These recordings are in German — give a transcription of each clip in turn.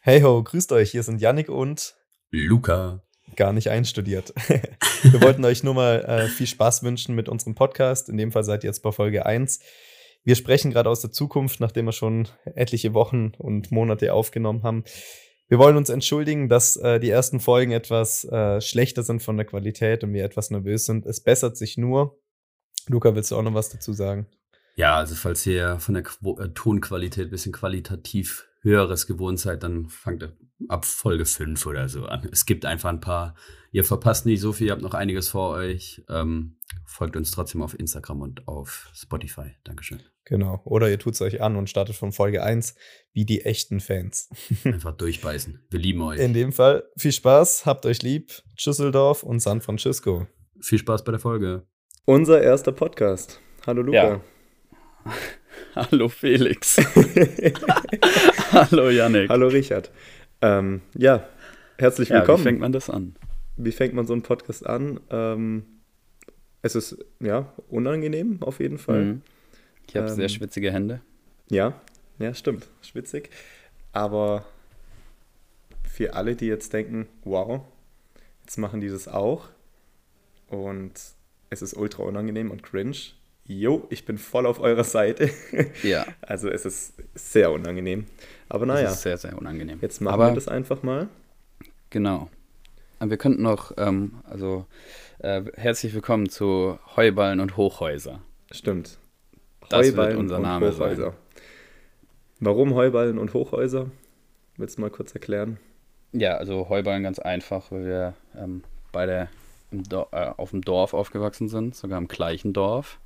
Hey ho, grüßt euch, hier sind Yannick und Luca. gar nicht einstudiert. Wir wollten euch nur mal äh, viel Spaß wünschen mit unserem Podcast. In dem Fall seid ihr jetzt bei Folge 1. Wir sprechen gerade aus der Zukunft, nachdem wir schon etliche Wochen und Monate aufgenommen haben. Wir wollen uns entschuldigen, dass äh, die ersten Folgen etwas äh, schlechter sind von der Qualität und wir etwas nervös sind. Es bessert sich nur. Luca, willst du auch noch was dazu sagen? Ja, also falls ihr von der Quo äh, Tonqualität ein bisschen qualitativ höheres gewohnt seid, dann fangt ab Folge 5 oder so an. Es gibt einfach ein paar. Ihr verpasst nicht so viel, ihr habt noch einiges vor euch. Ähm, folgt uns trotzdem auf Instagram und auf Spotify. Dankeschön. Genau. Oder ihr tut's euch an und startet von Folge 1 wie die echten Fans. Einfach durchbeißen. Wir lieben euch. Hm. In dem Fall viel Spaß, habt euch lieb, Düsseldorf und San Francisco. viel Spaß bei der Folge. Unser erster Podcast. Hallo Luca. Hallo Felix. Hallo Yannick. Hallo Richard. Ähm, ja, herzlich Ja, wie willkommen. fängt man das an? man so einen Podcast an? Ähm, es ist ja unangenehm auf jeden Fall. Mhm. Ich habe Ähm, sehr schwitzige Hände. Ja, ja, stimmt. Schwitzig. Aber für alle, die jetzt denken, wow, jetzt machen die das auch und es ist ultra unangenehm und cringe. Jo, ich bin voll auf eurer Seite. Ja, Also es ist sehr unangenehm. Aber das naja, ist sehr, sehr unangenehm. jetzt machen Aber, wir das einfach mal. Genau. Aber wir könnten noch, ähm, also äh, herzlich willkommen zu Heuballen und Hochhäuser. Stimmt. Das wird unser Name sein. Hochhäuser. Warum Heuballen und Hochhäuser? Willst du mal kurz erklären? Ja, also Heuballen ganz einfach, weil wir ähm, beide im Dor- äh, auf dem Dorf aufgewachsen sind, sogar im gleichen Dorf.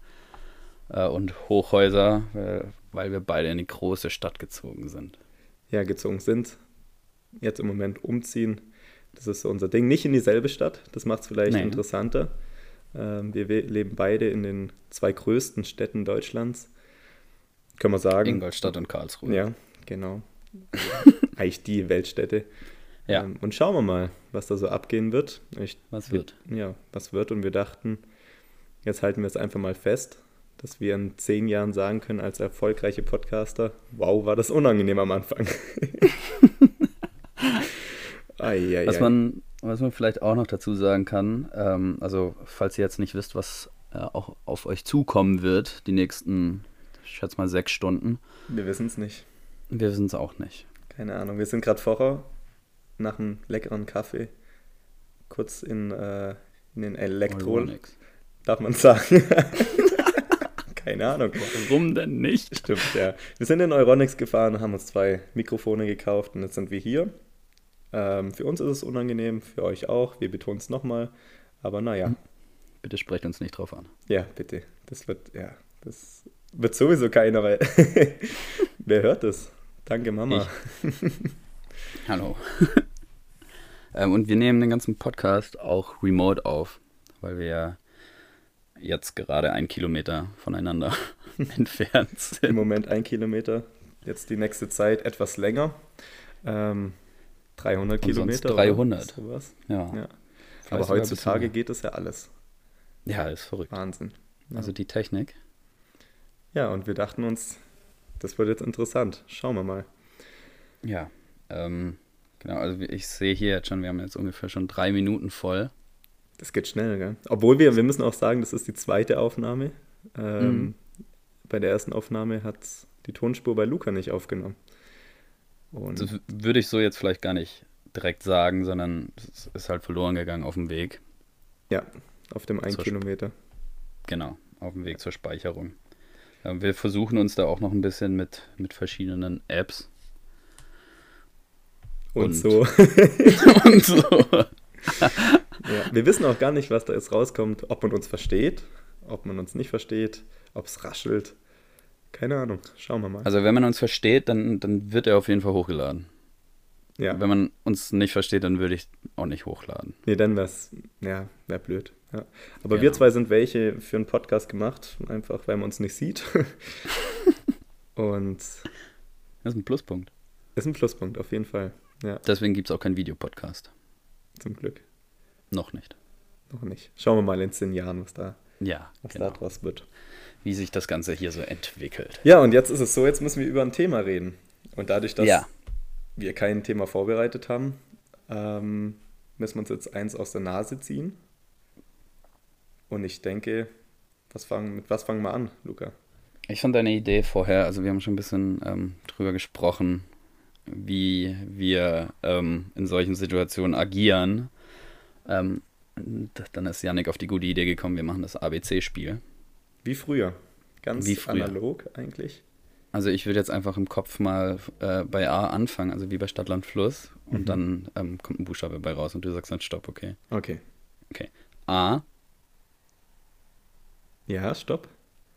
Äh, und Hochhäuser, weil, weil wir beide in die große Stadt gezogen sind. Ja, gezogen sind. Jetzt im Moment umziehen. Das ist so unser Ding. Nicht in dieselbe Stadt. Das macht es vielleicht Nee. interessanter. Ähm, wir we- leben beide in den zwei größten Städten Deutschlands. Können wir Mhm. sagen. Ingolstadt und Karlsruhe. Ja, genau. Eigentlich die Weltstädte. Ja. Ähm, Und schauen wir mal, was da so abgehen wird. Ich, Was wird? ja, was wird. Und wir dachten, jetzt halten wir es einfach mal fest, dass wir in zehn Jahren sagen können, als erfolgreiche Podcaster, wow, war das unangenehm am Anfang. Eieiei. Was man, was man vielleicht auch noch dazu sagen kann, ähm, also falls ihr jetzt nicht wisst, was äh, auch auf euch zukommen wird, die nächsten, ich schätze mal sechs Stunden, wir wissen es nicht. wir wissen es auch nicht. Keine Ahnung. Wir sind gerade vorher nach einem leckeren Kaffee kurz in, äh, in den Elektro, Euronix. darf man sagen. Keine Ahnung. Warum denn nicht? Stimmt, ja. Wir sind in Euronics gefahren, haben uns zwei Mikrofone gekauft und jetzt sind wir hier. Ähm, für uns ist es unangenehm, für euch auch. Wir betonen es nochmal. Aber naja, Bitte sprecht uns nicht drauf an. ja, bitte. Das wird, ja, das wird sowieso keiner, weil wer hört das? Danke, Mama. Hallo. ähm, und wir nehmen den ganzen Podcast auch remote auf, weil wir jetzt gerade einen Kilometer voneinander entfernt Im sind. Moment ein Kilometer. Jetzt die nächste Zeit etwas länger. Ähm, 300 Und sonst Kilometer. 300. Oder sowas. Ja, Ja. Vielleicht Aber sogar ein bisschen heutzutage mehr. geht es ja alles. ja ist verrückt. Wahnsinn. Also die Technik. Ja, und wir dachten uns, das wird jetzt interessant. Schauen wir mal. Ja, ähm, genau, also ich sehe hier jetzt schon, wir haben jetzt ungefähr schon drei Minuten voll. Das geht schnell, gell? Obwohl wir, wir müssen auch sagen, das ist die zweite Aufnahme. Ähm, Mhm. Bei der ersten Aufnahme hat die Tonspur bei Luca nicht aufgenommen. Und Das Also w- würde ich so jetzt vielleicht gar nicht direkt sagen, sondern es ist halt verloren gegangen auf dem Weg. ja, auf dem einen Zur Sp- Kilometer. Genau, auf dem Weg zur Speicherung. Ähm, wir versuchen uns da auch noch ein bisschen mit, mit verschiedenen Apps Und, Und- so. und so. ja. Wir wissen auch gar nicht, was da jetzt rauskommt, ob man uns versteht, ob man uns nicht versteht, ob es raschelt. Keine Ahnung. Schauen wir mal. Also wenn man uns versteht, dann, dann wird er auf jeden Fall hochgeladen. ja. Wenn man uns nicht versteht, dann würde ich auch nicht hochladen. Nee, dann wär's, ja, wär blöd. Ja. Aber wir Genau. zwei sind welche für einen Podcast gemacht, einfach weil man uns nicht sieht. Und Das ist ein Pluspunkt. ist ein Pluspunkt, auf jeden Fall. Ja, Deswegen gibt es auch keinen Videopodcast. zum Glück. Noch nicht. Noch nicht. Schauen wir mal in zehn Jahren, was da, Ja, was da genau. draus wird. Wie sich das Ganze hier so entwickelt. Ja, und jetzt ist es so, jetzt müssen wir über ein Thema reden. Und dadurch, dass Ja. wir kein Thema vorbereitet haben, ähm, müssen wir uns jetzt eins aus der Nase ziehen. Und ich denke, was fangen, mit was fangen wir an, Luca? Ich fand deine Idee vorher, also wir haben schon ein bisschen ähm, drüber gesprochen, wie wir ähm, in solchen Situationen agieren. Ähm, dann ist Yannick auf die gute Idee gekommen, wir machen das ABC-Spiel. Wie früher. Ganz Wie früher. analog eigentlich. Also ich würde jetzt einfach im Kopf mal äh, bei A anfangen, also wie bei Stadtland Fluss. Und Mhm. dann ähm, kommt ein Buchstabe bei raus und du sagst dann Stopp, okay. Okay. A, Ja, stopp.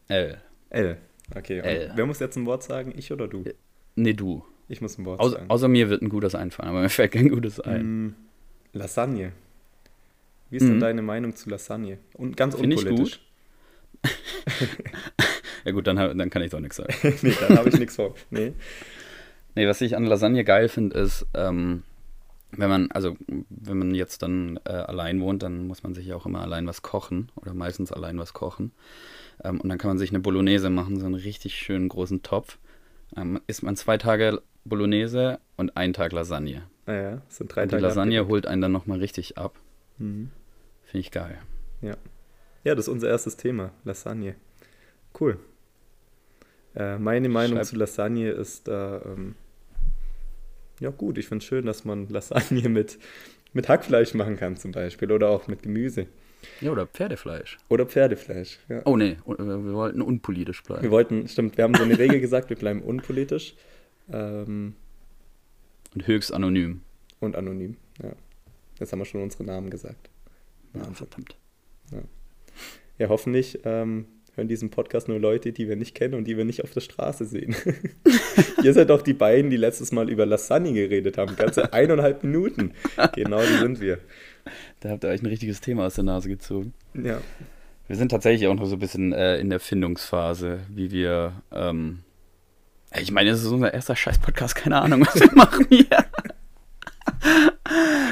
L. L. Okay, und L. wer muss jetzt ein Wort sagen? Ich oder du? Nee, du. Ich muss ein Wort Au sagen. außer mir wird ein gutes einfallen, aber mir fällt kein gutes ein. Mm, Lasagne. Wie ist Mhm. denn deine Meinung zu Lasagne? Und ganz Finde ich unpolitisch. Ja gut, dann, hab- dann kann ich doch nichts sagen. nee, dann habe ich nichts vor. Nee. Nee, was ich an Lasagne geil finde, ist, ähm, wenn man, also wenn man jetzt dann äh, allein wohnt, dann muss man sich ja auch immer allein was kochen oder meistens allein was kochen. Ähm, und dann kann man sich eine Bolognese machen, so einen richtig schönen großen Topf. Ähm, isst man zwei Tage Bolognese und einen Tag Lasagne. Naja, es sind drei Und die Tage. Lasagne abgedeckt. holt einen dann nochmal richtig ab. Mhm. Finde ich geil. Ja, das ist unser erstes Thema, Lasagne. Cool. Äh, meine Meinung Schreib- zu Lasagne ist da, ähm, ja gut, ich finde es schön, dass man Lasagne mit, mit Hackfleisch machen kann zum Beispiel oder auch mit Gemüse Ja, oder Pferdefleisch. oder Pferdefleisch. Ja. Oh nee, un- äh, wir wollten unpolitisch bleiben. Wir wollten, stimmt, wir haben so eine Regel gesagt, wir bleiben unpolitisch ähm, Und höchst anonym. und anonym. Ja. Jetzt haben wir schon unsere Namen gesagt. Ja, Wahnsinn. verdammt. Ja, hoffentlich ähm, hören diesen Podcast nur Leute, die wir nicht kennen und die wir nicht auf der Straße sehen. Ihr seid doch die beiden, die letztes Mal über Lasagne geredet haben. Ganze eineinhalb Minuten. Genau, die sind wir. Da habt ihr euch ein richtiges Thema aus der Nase gezogen. Ja. Wir sind tatsächlich auch noch so ein bisschen äh, in der Findungsphase, wie wir. Ähm, ich meine, es ist unser erster Scheiß-Podcast, keine Ahnung, was wir machen hier.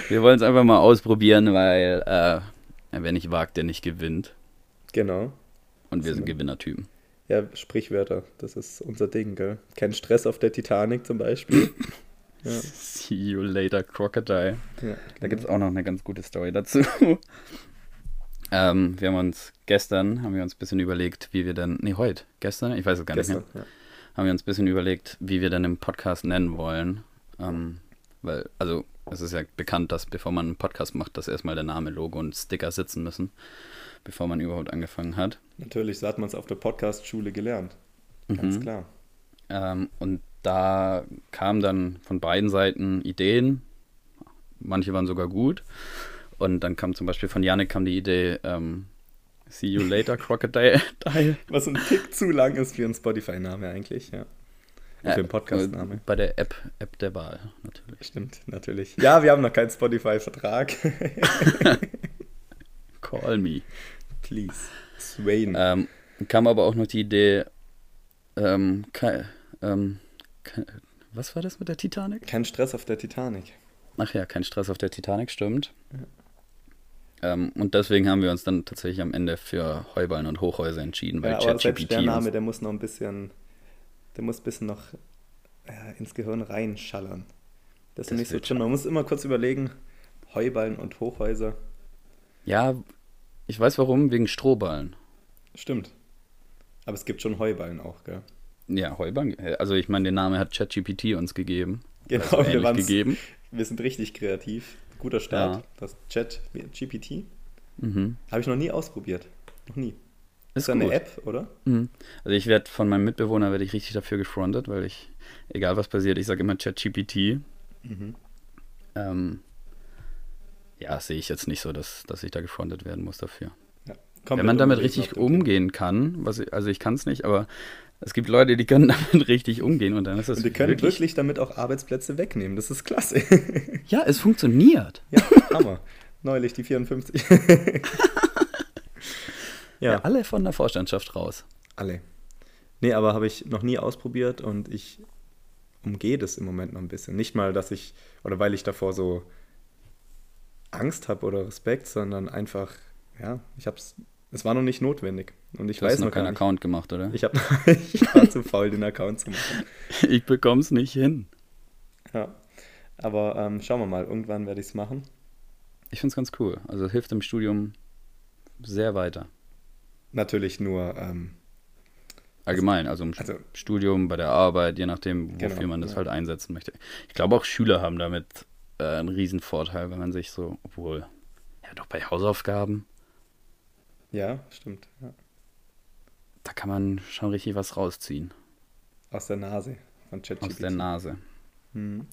wir wollen es einfach mal ausprobieren, weil äh, wer nicht wagt, der nicht gewinnt. Genau. Und wir So. sind Gewinnertypen. Ja, Sprichwörter, das ist unser Ding, gell? Kein Stress auf der Titanic zum Beispiel. Ja, See you later, Crocodile. ja, Da genau. gibt es auch noch eine ganz gute Story dazu. ähm, wir haben uns gestern, haben wir uns ein bisschen überlegt, wie wir dann, nee, heute, gestern, ich weiß es gar nicht ne? mehr. Gestern, ja. haben wir uns ein bisschen überlegt, wie wir dann den Podcast nennen wollen. Ähm, weil, also, es ist ja bekannt, dass bevor man einen Podcast macht, dass erstmal der Name, Logo und Sticker sitzen müssen, bevor man überhaupt angefangen hat. Natürlich, so hat man es auf der Podcast-Schule gelernt. Ganz Mhm. klar. Ähm, und da kamen dann von beiden Seiten Ideen. Manche waren sogar gut. Und dann kam zum Beispiel von Janik kam die Idee, ähm, See you later, Crocodile. Was ein Tick zu lang ist für einen Spotify-Name eigentlich, ja. Für einen Podcast-Name. Äh, Bei der App, App der Wahl, natürlich. Stimmt, natürlich. Ja, wir haben noch keinen Spotify-Vertrag. Call me. Please. Swain. Ähm, kam aber auch noch die Idee, ähm, ke- ähm, ke- was war das mit der Titanic? Kein Stress auf der Titanic. Ach ja, kein Stress auf der Titanic, stimmt. Ähm, und deswegen haben wir uns dann tatsächlich am Ende für Heuballen und Hochhäuser entschieden, weil Ja, aber selbst ChatGPT der Name, uns- der muss noch ein bisschen, der muss ein bisschen noch äh, ins Gehirn reinschallern. Das ist Das nicht so wird drin. Man muss immer kurz überlegen, Heuballen und Hochhäuser. Ja, ich weiß warum, wegen Strohballen. Stimmt. Aber es gibt schon Heuballen auch, gell? Ja, Heuballen, also ich meine, den Namen hat ChatGPT uns gegeben. Genau, Also wir, ähnlich waren's- gegeben. wir sind richtig kreativ. Guter Start. Ja. Das Chat GPT Mhm. habe ich noch nie ausprobiert. Noch nie. Ist, Ist ja eine gut. App, oder? Mhm. Also ich werde von meinem Mitbewohner werde ich richtig dafür gefrontet, weil ich, egal was passiert, ich sage immer ChatGPT. Mhm. Ähm, ja, sehe ich jetzt nicht so, dass, dass ich da gefrontet werden muss dafür. Ja. Wenn man damit Komplett ungelesen auf richtig dem umgehen kann, was ich, also ich kann es nicht, aber es gibt Leute, die können damit richtig umgehen und dann ist Und es wir können wirklich, wirklich, damit auch Arbeitsplätze wegnehmen. Das ist klasse. Ja, es funktioniert. ja, Hammer. Neulich die 54. ja, Ja. alle von der Vorstandschaft raus. alle. Nee, aber habe ich noch nie ausprobiert und ich umgehe das im Moment noch ein bisschen. Nicht mal, dass ich, oder weil ich davor so Angst habe oder Respekt, sondern einfach, ja, ich habe es, es war noch nicht notwendig. Und ich Du weiß hast noch gar keinen nicht. Account gemacht, oder? Ich, hab, ich war zu faul, den Account zu machen. Ich, bekomme es nicht hin. Ja. Aber ähm, schauen wir mal, irgendwann werde ich es machen. Ich finde es ganz cool. Also hilft im Studium sehr weiter. Natürlich nur ähm, Allgemein, also im Also- Studium, bei der Arbeit, je nachdem, wofür Genau, man das ja. halt einsetzen möchte. Ich glaube, auch Schüler haben damit äh, einen Riesenvorteil, wenn man sich so, obwohl, ja doch bei Hausaufgaben, Ja, stimmt. Ja. da kann man schon richtig was rausziehen Aus der Nase von ChatGPT. aus der Nase. Hm.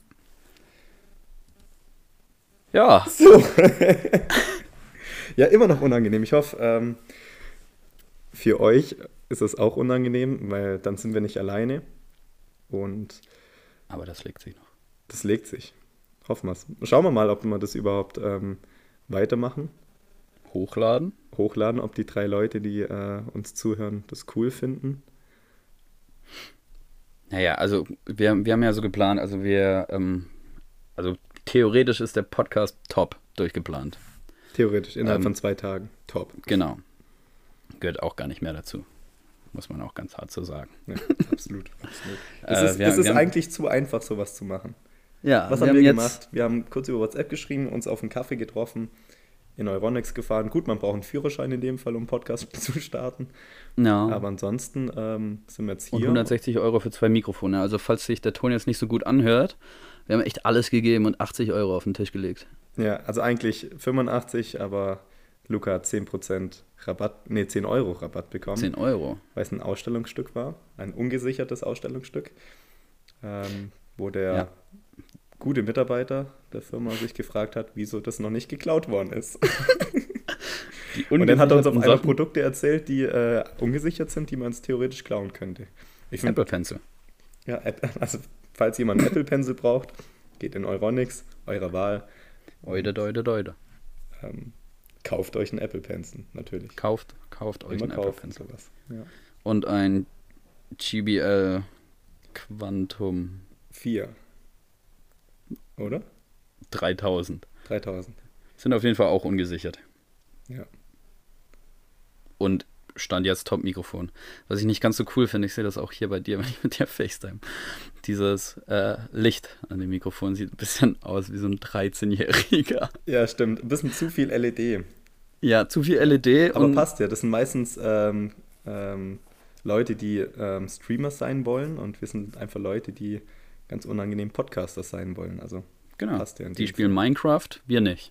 Ja, So. ja, immer noch unangenehm. Ich hoffe, ähm, für euch ist das auch unangenehm, weil dann sind wir nicht alleine. Und aber das legt sich noch. das legt sich. Hoffen wir's. Schauen wir mal, ob wir das überhaupt ähm, weitermachen, Hochladen? hochladen, ob die drei Leute, die äh, uns zuhören, das cool finden. Naja, also wir, wir haben ja so geplant, also wir, ähm, also theoretisch ist der Podcast top durchgeplant. Theoretisch innerhalb Ähm, von zwei Tagen. Top. Genau. Gehört auch gar nicht mehr dazu. Muss man auch ganz hart so sagen. Ja, absolut, absolut. Das Äh, ist, wir- das ist wir haben- eigentlich zu einfach, sowas zu machen. Ja, Was haben wir gemacht? Wir haben kurz über WhatsApp geschrieben, uns auf einen Kaffee getroffen, in Euronics gefahren. Gut, man braucht einen Führerschein in dem Fall, um Podcast zu starten. Ja. Aber ansonsten ähm, sind wir jetzt und hier. 160 Euro für zwei Mikrofone. Also falls sich der Ton jetzt nicht so gut anhört, wir haben echt alles gegeben und 80 Euro auf den Tisch gelegt. ja, also eigentlich 85, aber Luca hat 10% Rabatt, nee, 10 Euro Rabatt bekommen, 10 Euro. weil es ein Ausstellungsstück war, ein ungesichertes Ausstellungsstück, ähm, wo der Ja. gute Mitarbeiter der Firma sich gefragt hat, wieso das noch nicht geklaut worden ist. Und dann hat er uns auf einmal Sachen, Produkte erzählt, die äh, ungesichert sind, die man uns theoretisch klauen könnte. Ich finde, Apple Pencil. ja, App- also falls jemand einen Apple Pencil braucht, geht in Euronics, eurer Wahl, Eude, deude, deude. ähm, kauft euch einen Apple Pencil, natürlich. Kauft, kauft euch einen Immer Apple kaufen Pencil. sowas. Ja. Und ein GBL Quantum Vier. Oder? 3000. 3000. Sind auf jeden Fall auch ungesichert. Ja. Und stand jetzt Top-Mikrofon. Was ich nicht ganz so cool finde, ich sehe das auch hier bei dir, wenn ich mit dir FaceTime. Dieses äh, Licht an dem Mikrofon sieht ein bisschen aus wie so ein 13-Jähriger. ja, stimmt. Ein bisschen zu viel E LED. Ja, zu viel LED Aber und passt ja, das sind meistens ähm, ähm, Leute, die ähm, Streamer sein wollen und wir sind einfach Leute, die ganz unangenehm Podcaster sein wollen. Also genau, passt ja in die dem spielen Minecraft, wir nicht.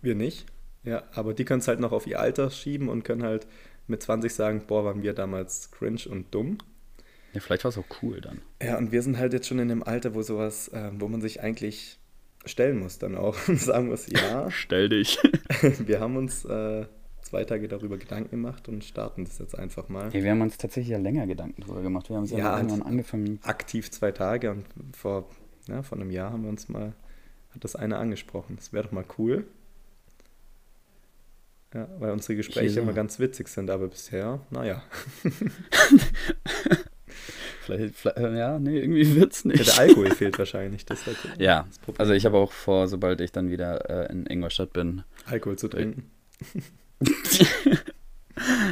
Wir nicht. Ja, aber die können es halt noch auf ihr Alter schieben und können halt mit 20 sagen, boah, waren wir damals cringe und dumm. Ja, vielleicht war es auch cool dann. Ja, und wir sind halt jetzt schon in dem Alter, wo sowas, ähm, wo man sich eigentlich stellen muss dann auch und sagen muss, ja, Stell dich. wir haben uns äh, zwei Tage darüber Gedanken gemacht und starten das jetzt einfach mal. Ja, wir haben uns tatsächlich ja länger Gedanken drüber gemacht. Wir haben es ja, also Ja, irgendwann und- angefangen. Aktiv zwei Tage und vor, ja, vor einem Jahr haben wir uns mal, hat das einer angesprochen. Das wäre doch mal cool. Ja, weil unsere Gespräche Ja. immer ganz witzig sind, aber bisher, naja. Vielleicht, vielleicht, ja, nee, irgendwie wird's nicht. Der Alkohol fehlt wahrscheinlich. Das ist halt Ja, das Problem. also ich habe auch vor, sobald ich dann wieder äh, in Ingolstadt bin, Alkohol zu trinken.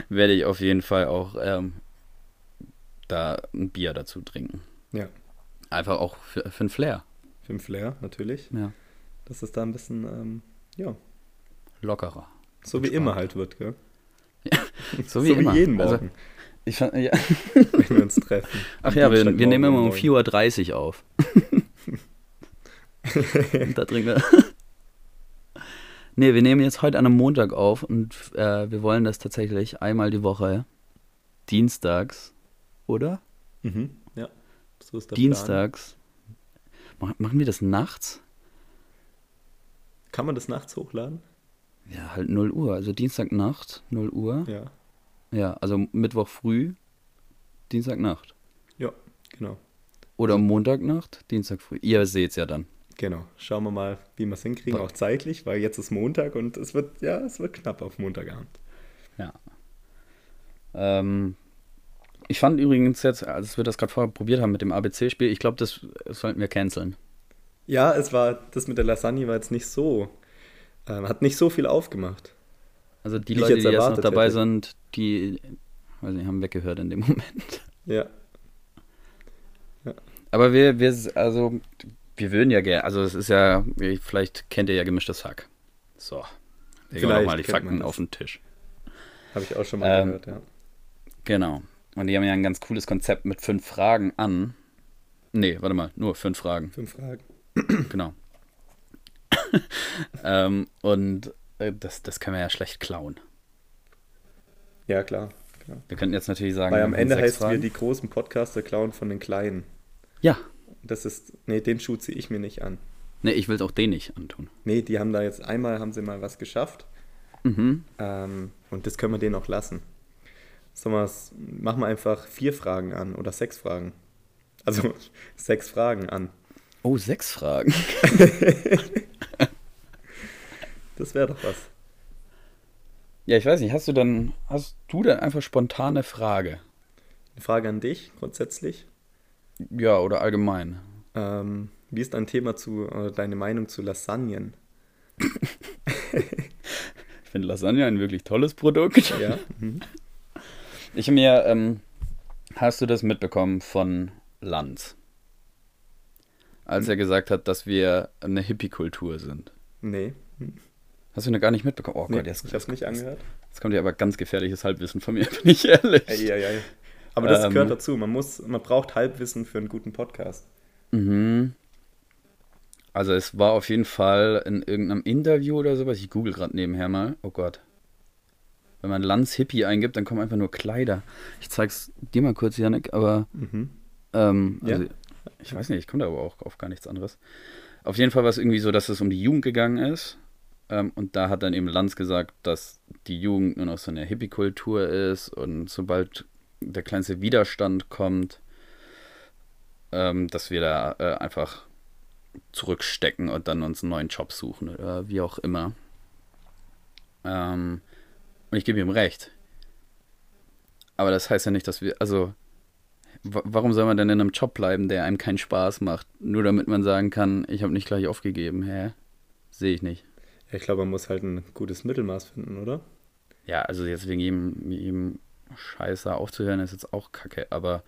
werde ich auf jeden Fall auch ähm, da ein Bier dazu trinken. Ja. Einfach auch für, für einen Flair. Für den Flair, natürlich. Ja. Dass es da ein bisschen, ähm, ja, Lockerer. so wie immer halt wird, gell? So wie, immer. jeden Also, Morgen, ich fand, ja. wenn wir uns treffen. Ach ja, wir, wir nehmen immer um 4 4.30 Uhr auf. Und da trinken wir. Nee, wir nehmen jetzt heute an einem Montag auf und äh, wir wollen das tatsächlich einmal die Woche dienstags, oder? Mhm. Ja, so ist der Plan. Dienstags. Mach- Machen wir das nachts? Kann man das nachts hochladen? Ja, halt 0 Uhr. Also Dienstagnacht, 0 Uhr. Ja. Ja, also Mittwoch früh, Dienstagnacht. Ja, genau. Oder Montagnacht, Dienstag früh. Ihr seht's ja dann. Genau. Schauen wir mal, wie wir es hinkriegen, Boah. auch zeitlich, weil jetzt ist Montag und es wird, ja, es wird knapp auf Montagabend. Ja. Ähm, ich fand übrigens jetzt, als wir das gerade vorher probiert haben mit dem ABC-Spiel, ich glaube, das sollten wir canceln. Ja, es war, das mit der Lasagne war jetzt nicht so, ähm, hat nicht so viel aufgemacht. Also die Wie ich Leute, jetzt die jetzt noch erwartet dabei hätte. sind, die weiß nicht, haben weggehört in dem Moment. Ja. Aber wir, wir, also Wir würden ja gerne, also es ist ja, vielleicht kennt ihr ja gemischtes Hack. So, legen wir Vielleicht doch mal die kennt man Fakten das. auf den Tisch. Habe ich auch schon mal Ähm, gehört, ja. Genau. Und die haben ja ein ganz cooles Konzept mit fünf Fragen an. Nee, warte mal, nur fünf Fragen. Fünf Fragen. Hm. Genau. ähm, und äh, das, das können wir ja schlecht klauen. Ja, klar. klar. Wir könnten jetzt natürlich sagen, Weil am wir machen Ende sechs heißt es, wir Fragen. die großen Podcaster klauen von den kleinen. Ja, Das ist, nee, den Schuh ziehe ich mir nicht an. nee, ich will auch den nicht antun. Nee, die haben da jetzt einmal, haben sie mal was geschafft. Mhm. Ähm, und das können wir denen auch lassen. Sollen wir's- machen wir einfach vier Fragen an oder sechs Fragen. Also sechs Fragen an. Oh, sechs Fragen. Das wäre doch was. Ja, ich weiß nicht, hast du dann, hast du dann einfach spontane Frage? Eine Frage an dich grundsätzlich. Ja, oder allgemein? Ähm, wie ist dein Thema zu, oder deine Meinung zu Lasagnen? Ich finde Lasagne ein wirklich tolles Produkt. Ja. Mhm. Ich habe mir, ähm, hast du das mitbekommen von Lanz? Als er gesagt hat, dass wir eine Hippie-Kultur sind. nee. Hm, Hast du noch gar nicht mitbekommen? Oh nee Gott, jetzt, ich hab's nicht angehört. jetzt kommt ja aber ganz gefährliches Halbwissen von mir, bin ich ehrlich. Ei, ei, ei. Aber das Ähm. gehört dazu. Man muss, man braucht Halbwissen für einen guten Podcast. Mhm. Also es war auf jeden Fall in irgendeinem Interview oder sowas. Ich google gerade nebenher mal. Oh Gott. Wenn man Lanz Hippie eingibt, dann kommen einfach nur Kleider. Ich zeig's dir mal kurz, Janik, aber ähm, Ja. also, ich weiß nicht, ich komme da aber auch auf gar nichts anderes. Auf jeden Fall war es irgendwie so, dass es um die Jugend gegangen ist. Ähm, und da hat dann eben Lanz gesagt, dass die Jugend nur noch so eine Hippie-Kultur ist und sobald der kleinste Widerstand kommt, ähm, dass wir da äh, einfach zurückstecken und dann uns einen neuen Job suchen oder wie auch immer. Ähm, und ich gebe ihm recht. Aber das heißt ja nicht, dass wir, also, wa- warum soll man denn in einem Job bleiben, der einem keinen Spaß macht? Nur damit man sagen kann, ich habe nicht gleich aufgegeben, hä? Sehe ich nicht. Ja, Ich glaube, man muss halt ein gutes Mittelmaß finden, oder? Ja, also jetzt wegen jedem, jedem Scheiße aufzuhören, ist jetzt auch kacke, aber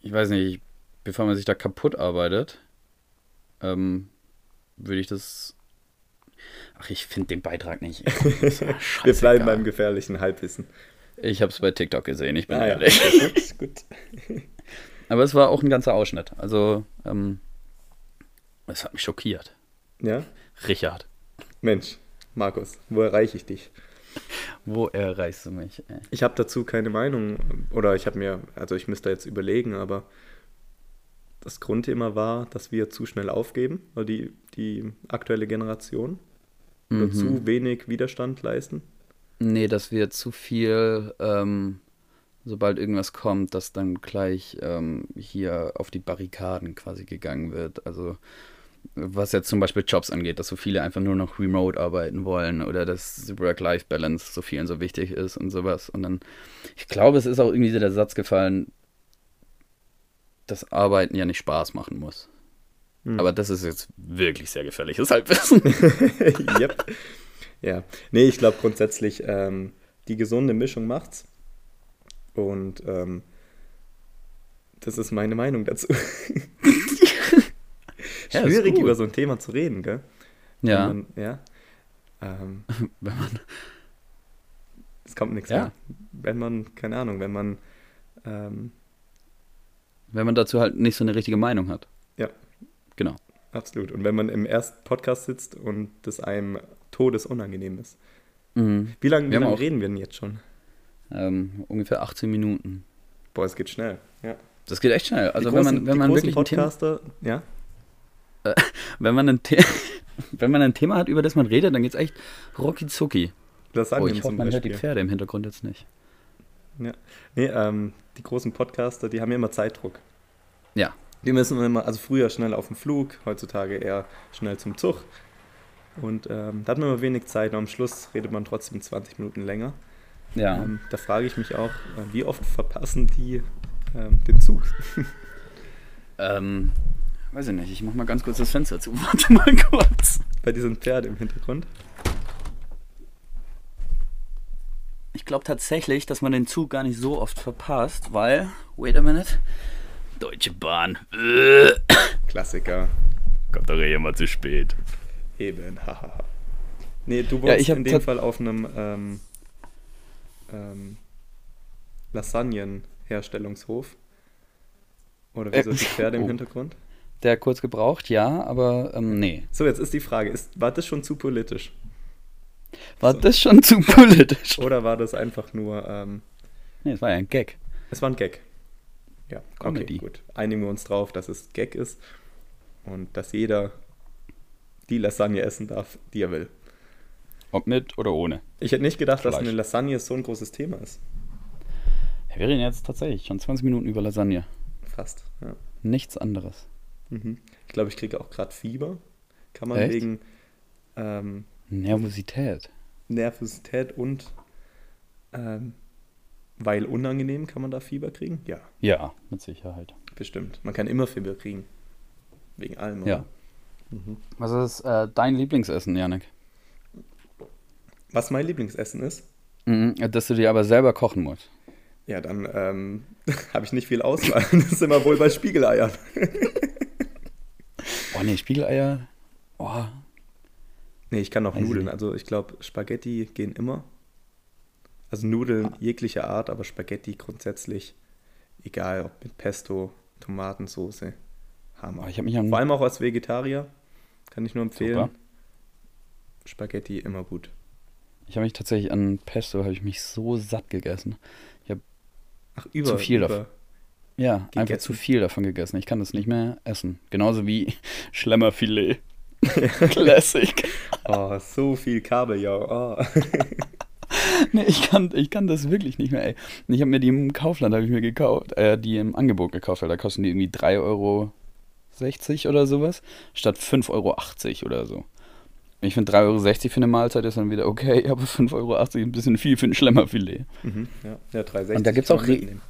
ich weiß nicht, bevor man sich da kaputt arbeitet, ähm, würde ich das. Ach, ich finde den Beitrag nicht. Wir bleiben beim gefährlichen Halbwissen. Ich habe es bei TikTok gesehen, ich bin Ah, ja. ehrlich. gut, gut. Aber es war auch ein ganzer Ausschnitt. Also, ähm, es hat mich schockiert. Ja, Richard, Mensch, Markus, wo erreiche ich dich? wo erreichst du mich? Ey? Ich habe dazu keine Meinung oder ich habe mir, also ich müsste jetzt überlegen, aber das Grundthema war, dass wir zu schnell aufgeben, oder die, die aktuelle Generation, oder zu wenig Widerstand leisten. Nee, dass wir zu viel, ähm, sobald irgendwas kommt, dass dann gleich ähm, hier auf die Barrikaden quasi gegangen wird. Also was jetzt zum Beispiel Jobs angeht, dass so viele einfach nur noch remote arbeiten wollen oder dass Work-Life-Balance so vielen so wichtig ist und sowas. Und dann, ich glaube, es ist auch irgendwie so der Satz gefallen, dass Arbeiten ja nicht Spaß machen muss. Aber das ist jetzt wirklich sehr gefährliches Halbwissen. yep. Ja, nee, ich glaube grundsätzlich, ähm, die gesunde Mischung macht's. Und ähm, das ist meine Meinung dazu. Ja, ist Schwierig, gut. über so ein Thema zu reden, gell? Ja. Wenn Man, ja. Ähm, Wenn man es kommt nichts Ja. mehr. Wenn man, keine Ahnung, wenn man, ähm, Wenn man dazu halt nicht so eine richtige Meinung hat. ja, Genau. absolut. Und wenn man im ersten Podcast sitzt und das einem todesunangenehm ist. Mhm. Wie lange Wir wie haben lang auch- reden wir denn jetzt schon? Ähm, ungefähr 18 Minuten. Boah, es geht schnell. Ja. Das geht echt schnell. Also die wenn großen, man, wenn die man großen wirklich ein Thema, Podcaster, ja, wenn man ein Thema, wenn man ein Thema hat, über das man redet, dann geht's echt rucki zucki. Lasagne Oh, ich hoffe, zum man hört die Beispiel. Pferde im Hintergrund jetzt nicht. ja. Nee, ähm, die großen Podcaster, die haben ja immer Zeitdruck. Ja. Die müssen immer, also früher schnell auf den Flug, heutzutage eher schnell zum Zug. Und ähm, da hat man immer wenig Zeit und am Schluss redet man trotzdem 20 Minuten länger. Ja. Ähm, da frage ich mich auch, äh, wie oft verpassen die ähm, den Zug? Ähm, weiß ich nicht. Ich mach mal ganz kurz das Fenster zu. Warte mal kurz. Bei diesem Pferd im Hintergrund. Ich glaube tatsächlich, dass man den Zug gar nicht so oft verpasst, weil, wait a minute, Deutsche Bahn. Äh. Klassiker. Kommt doch eh immer zu spät. Eben, hahaha. nee, du wohnst ich hab in tat- dem Fall auf einem ähm, ähm, Lasagnenherstellungshof. Oder Äh, wieso die Pferde im oh. Hintergrund? Der hat kurz gebraucht, ja, aber ähm, nee. So, jetzt ist die Frage, ist, war das schon zu politisch? War das schon zu politisch? Oder war das einfach nur, ähm, Nee, das war ja ein Gag. es war ein Gag? Ja, okay, Comedy. gut. Einigen wir uns drauf, dass es Gag ist und dass jeder die Lasagne essen darf, die er will. Ob mit oder ohne. Ich hätte nicht gedacht, dass Fleisch. eine Lasagne so ein großes Thema ist. Wir reden jetzt tatsächlich schon 20 Minuten über Lasagne. Fast, ja. Nichts anderes. Mhm. Ich glaube, ich kriege auch gerade Fieber. Kann man Echt? wegen ähm, Nervosität. Nervosität und ähm, weil unangenehm kann man da Fieber kriegen? Ja, Ja, mit Sicherheit. bestimmt. Man kann immer Fieber kriegen. Wegen allem. Ja. Oder? Mhm. Was ist äh, dein Lieblingsessen, Janik? Was mein Lieblingsessen ist, Mhm, dass du dir aber selber kochen musst. ja, dann ähm, habe ich nicht viel Auswahl. Das sind wir wohl bei Spiegeleiern. Oh nee, Spiegeleier. Oh, Nee, ich kann auch Weiß ich Nudeln. nicht. Also ich glaube, Spaghetti gehen immer. Also Ah. Nudeln jeglicher Art, aber Spaghetti grundsätzlich, egal ob mit Pesto, Tomatensauce, Hammer. oh, ich habe mich am Vor allem auch als Vegetarier kann ich nur empfehlen. Super. Spaghetti immer gut. Ich habe mich tatsächlich an Pesto habe ich mich so satt gegessen. Ach, über. Zu viel über. davon. Ja, einfach Gegessen. zu viel davon gegessen. Ich kann das nicht mehr essen. Genauso wie Schlemmerfilet. Classic. Oh, so viel Kabeljau. Oh. Nee, ich kann, ich kann das wirklich nicht mehr, ey. Und Ich habe mir die im Kaufland habe ich mir gekauft, äh, die im Angebot gekauft, weil da kosten die irgendwie 3,60 Euro oder sowas, statt 5,80 Euro oder so. Und Ich finde 3,60 Euro für eine Mahlzeit ist dann wieder okay, aber 5,80 Euro ist ein bisschen viel für ein Schlemmerfilet. Mhm, ja. ja, 360. Und da gibt's kann auch man Re- mitnehmen.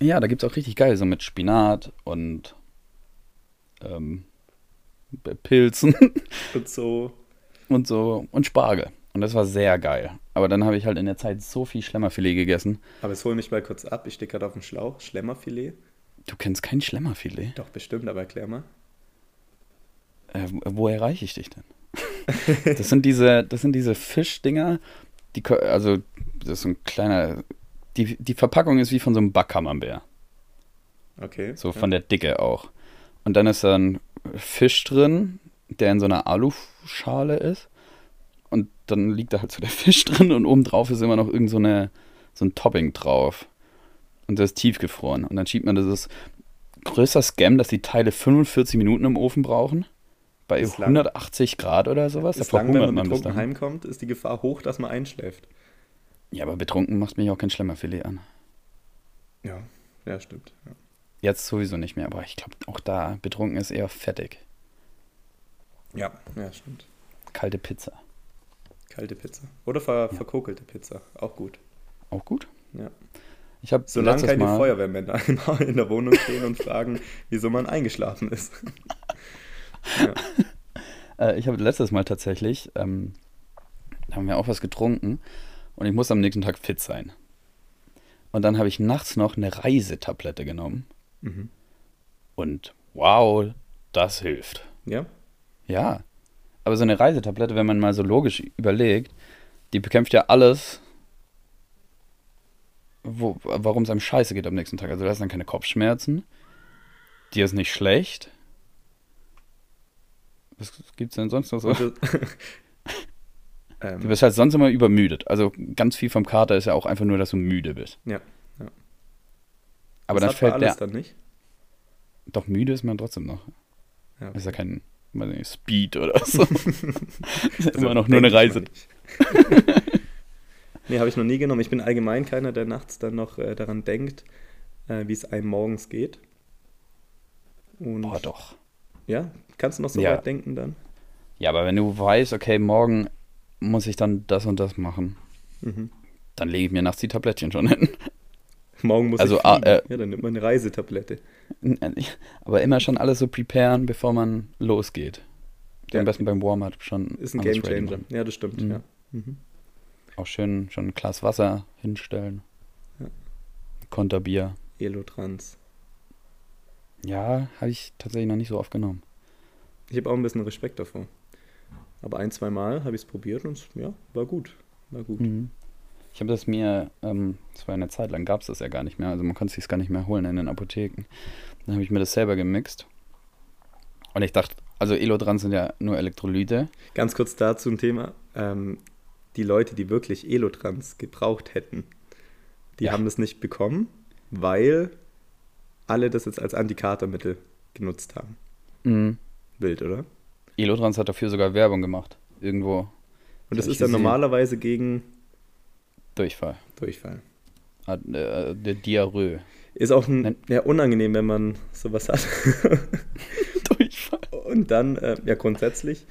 Ja, da gibt es auch richtig geil, so mit Spinat und ähm, B- Pilzen Und so. und so und Spargel. Und das war sehr geil. Aber dann habe ich halt in der Zeit so viel Schlemmerfilet gegessen. Aber jetzt hol mich mal kurz ab. Ich stehe gerade auf dem Schlauch. Schlemmerfilet. Du kennst kein Schlemmerfilet? Doch, bestimmt, aber erklär mal. Äh, wo erreiche ich dich denn? das sind diese, das sind diese Fischdinger, die, ko- also das ist so ein kleiner, die, die Verpackung ist wie von so einem Backkammerbär. Okay. So von der Dicke auch. Und dann ist da ein Fisch drin, der in so einer Aluschale ist. Und dann liegt da halt so der Fisch drin und obendrauf ist immer noch irgend so, eine, so ein Topping drauf. Und das ist tiefgefroren. Und dann schiebt man das ist größter Scam, dass die Teile 45 Minuten im Ofen brauchen. Bei Ist lang. 180 Grad oder sowas. ist Da ist lang, wenn man verhungert man bis betrunken dahin. heimkommt, ist die Gefahr hoch, dass man einschläft. Ja, aber betrunken macht mich auch kein Schlemmerfilet an. Ja, ja, stimmt. Ja. Jetzt sowieso nicht mehr, aber ich glaube auch da, betrunken ist eher fettig. Ja, ja, stimmt. Kalte Pizza. Kalte Pizza. Oder ver verkokelte Pizza. Auch gut. Auch gut. Ja. Ich habe Solange letztes keine Mal, Feuerwehrmänner einmal in der Wohnung stehen und fragen, wieso man eingeschlafen ist. äh, ich habe letztes Mal tatsächlich, ähm, da haben wir auch was getrunken und ich musste am nächsten Tag fit sein. Und dann habe ich nachts noch eine Reisetablette genommen Mhm. und wow, das hilft. Ja? Ja, aber so eine Reisetablette, wenn man mal so logisch überlegt, die bekämpft ja alles, wo- warum es einem scheiße geht am nächsten Tag. Also du hast dann keine Kopfschmerzen, dir ist nicht schlecht. Was gibt's denn sonst noch so? Und das- Du Also- ähm, bist halt sonst immer übermüdet. Also ganz viel vom Kater ist ja auch einfach nur, dass du müde bist. ja. Aber das dann hat man fällt der... alles dann nicht. Doch müde ist man trotzdem noch. Ja, Ist ja kein weiß nicht, Speed oder so. ist ja Also immer noch nur eine denke ich mal Reise. nicht. nee, habe ich noch nie genommen. Ich bin allgemein keiner, der nachts dann noch äh, daran denkt, äh, wie es einem morgens geht. Und Boah, doch. ja, kannst du noch so Ja. weit denken dann? Ja, aber wenn du weißt, okay, morgen muss ich dann das und das machen, Mhm. dann lege ich mir nachts die Tablettchen schon hin. Morgen muss Also, ich ah, fliegen. äh, ja, dann nimmt man eine Reisetablette. Aber immer schon alles so preparen, bevor man losgeht. Ja. Am besten beim Warm-up schon. Ist ein alles Game Ah, ready Changer. machen. Ja, das stimmt. Mhm. Ja. Mhm. Auch schön schon ein Glas Wasser hinstellen. Ja. Konterbier. Elotrans. Ja, habe ich tatsächlich noch nicht so oft genommen. Ich habe auch ein bisschen Respekt davor. Aber ein, zwei Mal habe ich es probiert und es, ja, war gut. War gut. Ich habe das mir, ähm, das war eine Zeit lang, gab es das ja gar nicht mehr. Also man konnte es sich gar nicht mehr holen in den Apotheken. Dann habe ich mir das selber gemixt. Und ich dachte, also Elodran sind ja nur Elektrolyte. Ganz kurz dazu ein Thema. Ähm, die Leute, die wirklich Elotrans gebraucht hätten, die Ja. haben das nicht bekommen, weil alle das jetzt als Antikatermittel genutzt haben. Mhm. Wild, oder? Elotrans hat dafür sogar Werbung gemacht. Irgendwo Und das Das hab ich ist dann gesehen. normalerweise gegen Durchfall. Durchfall. Ah, äh, Der Diarrhoe. Ist auch ein, Nein. ja, unangenehm, wenn man sowas hat. Durchfall. und dann, äh, ja, grundsätzlich.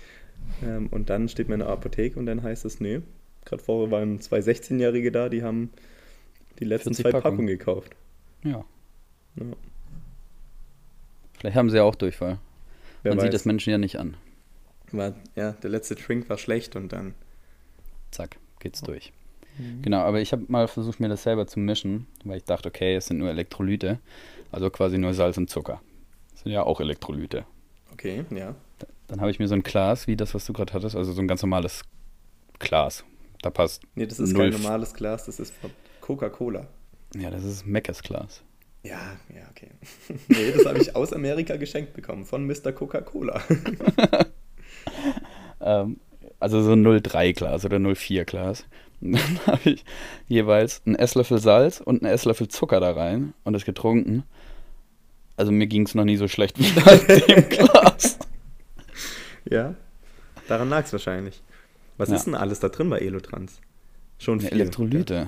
Ähm, und dann steht man in der Apotheke und dann heißt es, nee, gerade vorher waren zwei 16-Jährige da, die haben die letzten 40 zwei Packungen. Packungen gekauft. Ja. Ja, Vielleicht haben sie ja auch Durchfall. wer Man weiß. sieht das Menschen ja nicht an. War, ja, der letzte Drink war schlecht und dann. Zack, geht's durch. Genau, aber ich habe mal versucht, mir das selber zu mischen, weil ich dachte, okay, es sind nur Elektrolyte. Also quasi nur Salz und Zucker. Das sind ja auch Elektrolyte. Okay, ja. Dann habe ich mir so ein Glas, wie das, was du gerade hattest, also so ein ganz normales Glas. Da passt. Nee, das ist null kein F- normales Glas, das ist von Coca-Cola. Ja, das ist Meckes Glas. Ja, ja, okay. Nee, das habe ich aus Amerika geschenkt bekommen, von Mr. Coca-Cola. Ähm, also so ein 0,3 Glas oder 0,4 Glas. Und dann habe ich jeweils einen Esslöffel Salz und einen Esslöffel Zucker da rein und das getrunken. Also mir ging es noch nie so schlecht wie nach dem Glas. Ja. Daran lag es wahrscheinlich. Was Ja. ist denn alles da drin bei Elotrans? Schon Ja, viel. Elektrolyte.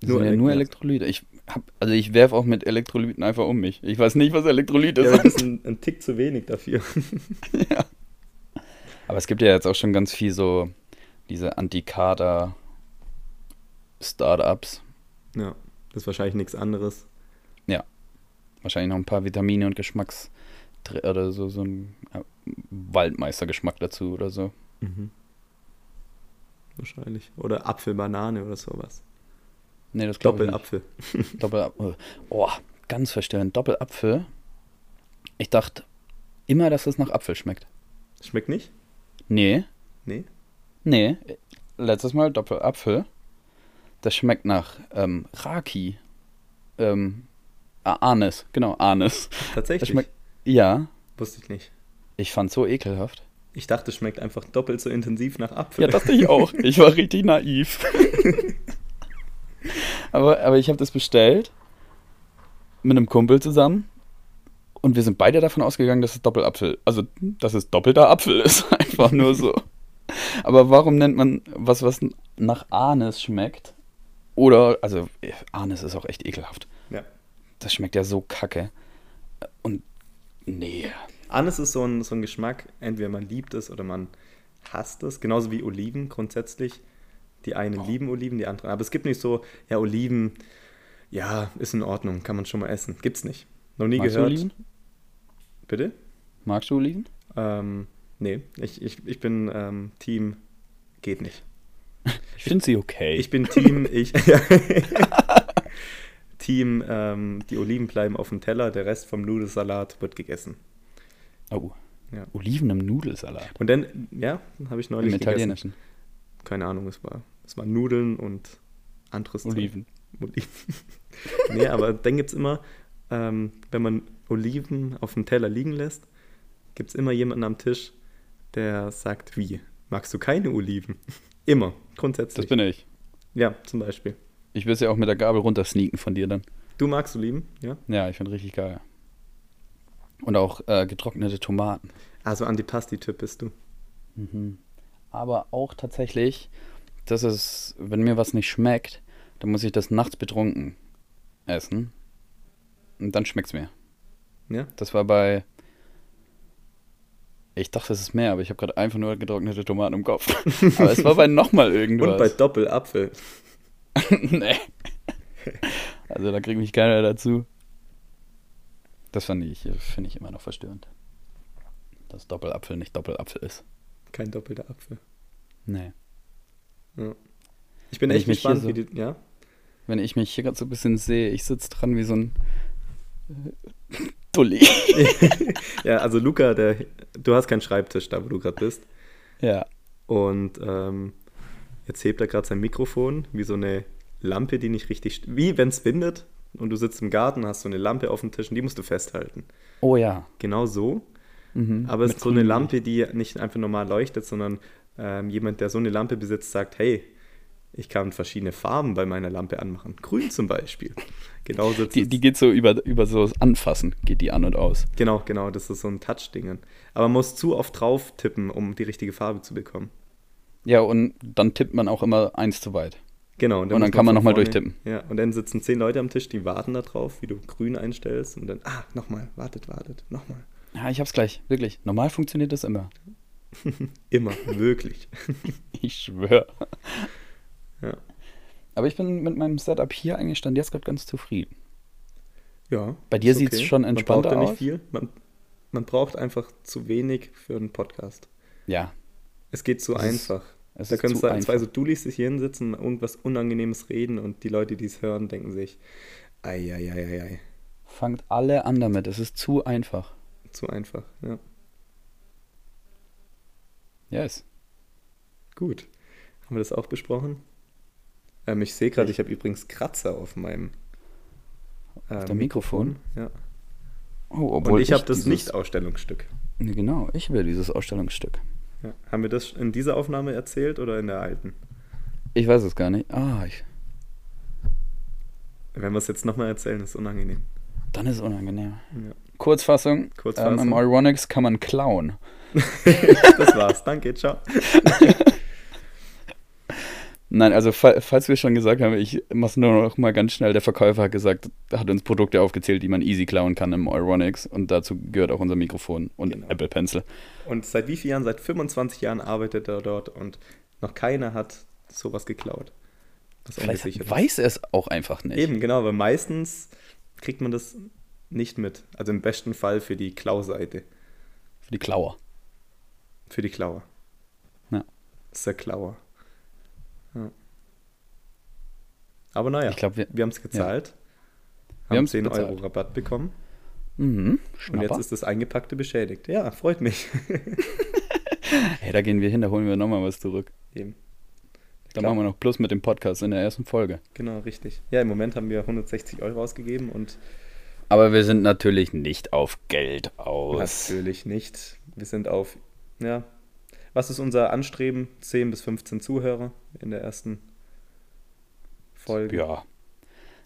Das Nur sind ja nur Elektro- Elektrolyte. Ich hab, also ich werf auch mit Elektrolyten einfach um mich. Ich weiß nicht, was Elektrolyte Ja, ja, sind. das ist ein, ein Tick zu wenig dafür. Aber es gibt ja jetzt auch schon ganz viel so diese Antikader-Startups. Ja, das ist wahrscheinlich nichts anderes. Wahrscheinlich noch ein paar Vitamine und Geschmacks oder so, so ein äh, Waldmeistergeschmack dazu oder so. Mhm. Wahrscheinlich. Oder Apfel, Banane oder sowas. Nee, das glaub ich nicht. Doppelapfel. Doppelapfel. Oh, ganz verstörend. Doppelapfel. Ich dachte immer, dass es nach Apfel schmeckt. Schmeckt nicht? Nee, Nee. nee. Letztes Mal Doppelapfel. Das schmeckt nach ähm, Raki. Ähm, A- Anis, genau, Anis. Das Tatsächlich. schmeckt, ja, Wusste ich nicht. ich fand's so ekelhaft. Ich dachte, es schmeckt einfach doppelt so intensiv nach Apfel. Ja, dachte ich auch. Ich war richtig naiv. aber, aber ich habe das bestellt mit einem Kumpel zusammen und wir sind beide davon ausgegangen, dass es Doppelapfel, also dass es doppelter Apfel ist, einfach nur so. Aber warum nennt man was, was nach Anis schmeckt? Oder, also eh, Anis ist auch echt ekelhaft. Ja. Das schmeckt ja so kacke. Und nee. Anis ist so ein, so ein Geschmack, entweder man liebt es oder man hasst es. Genauso wie Oliven grundsätzlich. Die Oh. einen lieben Oliven, die anderen. Aber es gibt nicht so, ja, Oliven, ja, ist in Ordnung, kann man schon mal essen. Gibt's nicht. Noch nie Magst du gehört. Oliven? Bitte? Magst du Oliven? Ähm, nee, ich, ich, ich bin ähm, Team, geht nicht. Ich finde sie okay. Ich bin Team, ich. Team, ähm, die Oliven bleiben auf dem Teller, der Rest vom Nudelsalat wird gegessen. oh. Ja. Oliven im Nudelsalat. Und dann, ja, habe ich neulich Im gegessen. Italienischen. keine Ahnung, es war, es waren Nudeln und anderes Zeug. Oliven. Oliven. nee, aber dann gibt es immer, ähm, wenn man Oliven auf dem Teller liegen lässt, gibt es immer jemanden am Tisch, der sagt, wie, magst du keine Oliven? Immer, Das grundsätzlich. bin ich. ja, zum Beispiel. Ich will es ja auch mit der Gabel runtersneaken von dir dann. Du magst Oliven, ja? Ja, ich finde richtig geil. Und auch äh, getrocknete Tomaten. Also Antipasti-Typ bist du. Aber auch tatsächlich, das ist, wenn mir was nicht schmeckt, dann muss ich das nachts betrunken essen. Und dann schmeckt es mir. Ja? Das war bei. Ich dachte, es ist mehr, aber ich habe gerade einfach nur getrocknete Tomaten im Kopf. aber es war bei nochmal irgendwas. Und bei Doppelapfel. nee. Also da kriegt mich keiner dazu. Das fand ich, finde ich immer noch verstörend. Dass Doppelapfel nicht Doppelapfel ist. Kein doppelter Apfel. Nee. Ich bin Wenn echt ich mich hier gespannt, so- wie die, ja? Wenn ich mich hier gerade so ein bisschen sehe, ich sitze dran wie so ein Dulli. ja, also Luca, der, du hast keinen Schreibtisch da, wo du gerade bist. ja. Und ähm, jetzt hebt er gerade sein Mikrofon wie so eine Lampe, die nicht richtig. st- Wie wenn es windet und du sitzt im Garten, hast so eine Lampe auf dem Tisch und die musst du festhalten. Oh ja. Genau so. Mhm. Aber es ist so eine Lampe, die nicht einfach normal leuchtet, sondern ähm, jemand, der so eine Lampe besitzt, sagt: Hey, ich kann verschiedene Farben bei meiner Lampe anmachen. Grün zum Beispiel. Genau, so Die, die geht so über, über so Anfassen, geht die an und aus. genau, genau, das ist so ein Touch-Ding. Aber man muss zu oft drauf tippen, um die richtige Farbe zu bekommen. Ja, und dann tippt man auch immer eins zu weit. Genau. Und dann muss kann man von nochmal vorne- durchtippen. Ja, und dann sitzen zehn Leute am Tisch, die warten da drauf, wie du grün einstellst und dann, ah, nochmal, wartet, wartet, nochmal. Ja, ich hab's gleich, wirklich. Normal funktioniert das immer. Immer, wirklich. Ich schwöre. Ja. Aber ich bin mit meinem Setup hier eigentlich stand jetzt gerade ganz zufrieden. ja Bei dir ist sieht's schon man braucht entspannter ja aus. nicht viel. Man, man braucht einfach zu wenig für einen Podcast. Ja, Es geht zu Es ist- einfach. es da ist können zu zwei, zwei einfach. so Dulis sich hier hinsitzen, und irgendwas Unangenehmes reden und die Leute, die es hören, denken sich, ei, ei, ei, ei, ei. fangt alle an damit. Es ist zu einfach. Zu einfach, ja. Yes. Gut. Haben wir das auch besprochen? Ähm, ich sehe gerade, ich habe übrigens Kratzer auf meinem ähm, dem Mikrofon? Ja. Oh, Und ich habe das dieses- Nicht-Ausstellungsstück. Nee, Genau, ich will dieses Ausstellungsstück. Ja. Haben wir das in dieser Aufnahme erzählt oder in der alten? Ich weiß es gar nicht. Ah, ich, Wenn wir es jetzt nochmal erzählen, ist unangenehm. dann ist es unangenehm. Ja. Kurzfassung, Kurzfassung. Ähm, im Euronics kann man klauen. das war's. Danke, ciao. Nein, also fa falls wir schon gesagt haben, ich mach's nur noch mal ganz schnell. Der Verkäufer hat gesagt, hat uns Produkte aufgezählt, die man easy klauen kann im Euronics und dazu gehört auch unser Mikrofon und Genau. Apple Pencil. Und seit wie vielen Jahren? Seit 25 Jahren arbeitet er dort und noch keiner hat sowas geklaut. Was Vielleicht ungesichert ist. weiß er es auch einfach nicht. Eben, genau, weil meistens kriegt man das nicht mit. Also im besten Fall für die Klauseite. Für die Klauer. Für die Klauer. Ja. Das ist der Klauer. Ja. Aber naja, Ich glaub, wir- haben es gezahlt. Wir haben haben's 10 bezahlt. Euro Rabatt bekommen. Mhm. Und jetzt Schnapper. ist das Eingepackte beschädigt. Ja, freut mich. hey, da gehen wir hin, da holen wir nochmal was zurück. Eben. Da Klar. machen wir noch Plus mit dem Podcast in der ersten Folge. Genau, richtig. Ja, im Moment haben wir 160 Euro ausgegeben und Aber wir sind natürlich nicht auf Geld aus. natürlich nicht. Wir sind auf, ja, was ist unser Anstreben? 10 bis 15 Zuhörer in der ersten Folge. Ja.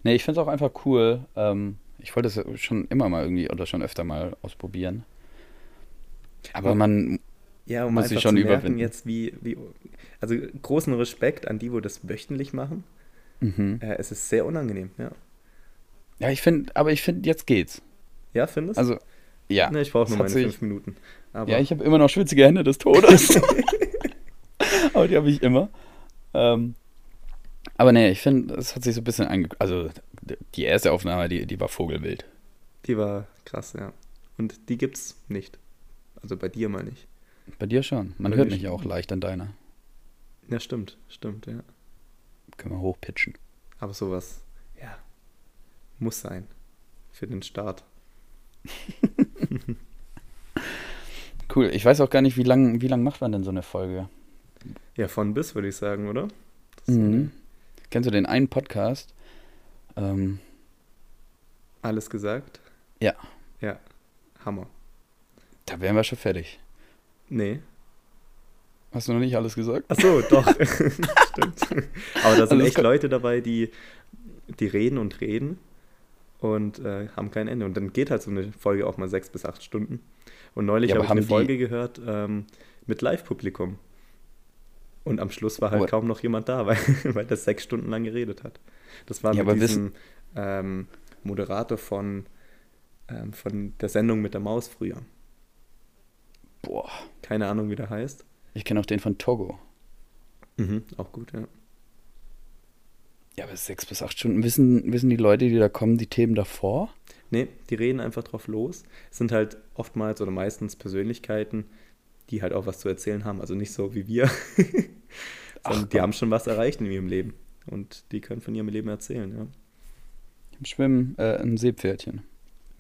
Nee, ich finde es auch einfach cool. Ähm, ich wollte es schon immer mal irgendwie oder schon öfter mal ausprobieren. Aber man, Ja, um Muss einfach ich schon zu merken überwinden. jetzt, wie, wie, also großen Respekt an die, wo das wöchentlich machen. Mhm. Äh, es ist sehr unangenehm, ja. Ja, ich finde, aber ich finde, jetzt geht's. Ja, findest Also, ja. Ne, ich brauche nur es hat meine sich, fünf Minuten. Aber Ja, ich habe immer noch schwitzige Hände des Todes. aber die habe ich immer. Ähm, aber nee, ich finde, es hat sich so ein bisschen ange... Also, die erste Aufnahme, die, die war vogelwild. die war krass, ja. Und die gibt's nicht. Also bei dir mal nicht. Bei dir schon. Man Bei hört mir mich auch leicht an deiner. Ja, stimmt, stimmt, ja. Können wir hochpitchen. Aber sowas, ja, muss sein. Für den Start. Cool. Ich weiß auch gar nicht, wie lang, wie lang macht man denn so eine Folge? Ja, von bis, würde ich sagen, oder? Das ist so Mhm. eine- Kennst du den einen Podcast? Ähm, Alles gesagt? Ja. Ja, Hammer. da wären wir schon fertig. Nee. Hast du noch nicht alles gesagt? Ach so, doch. Stimmt. Aber da Also sind es echt kann- Leute dabei, die, die reden und reden und äh, haben kein Ende. Und dann geht halt so eine Folge auch mal sechs bis acht Stunden. Und neulich Ja, aber habe ich eine haben die- Folge gehört ähm, mit Live-Publikum. Und am Schluss war halt What? kaum noch jemand da, weil, weil das sechs Stunden lang geredet hat. Das war Ja, aber mit diesem ähm, Moderator von, ähm, von der Sendung mit der Maus früher. Boah. Keine Ahnung, wie der heißt. Ich kenne auch den von Togo. Mhm, auch gut, ja. Ja, aber sechs bis acht Stunden. Wissen, wissen die Leute, die da kommen, die Themen davor? Nee, die reden einfach drauf los. Es sind halt oftmals oder meistens Persönlichkeiten, die halt auch was zu erzählen haben. Also nicht so wie wir, sondern die haben schon was erreicht in ihrem Leben. Und die können von ihrem Leben erzählen, ja. Im Schwimmen, äh, ein Seepferdchen.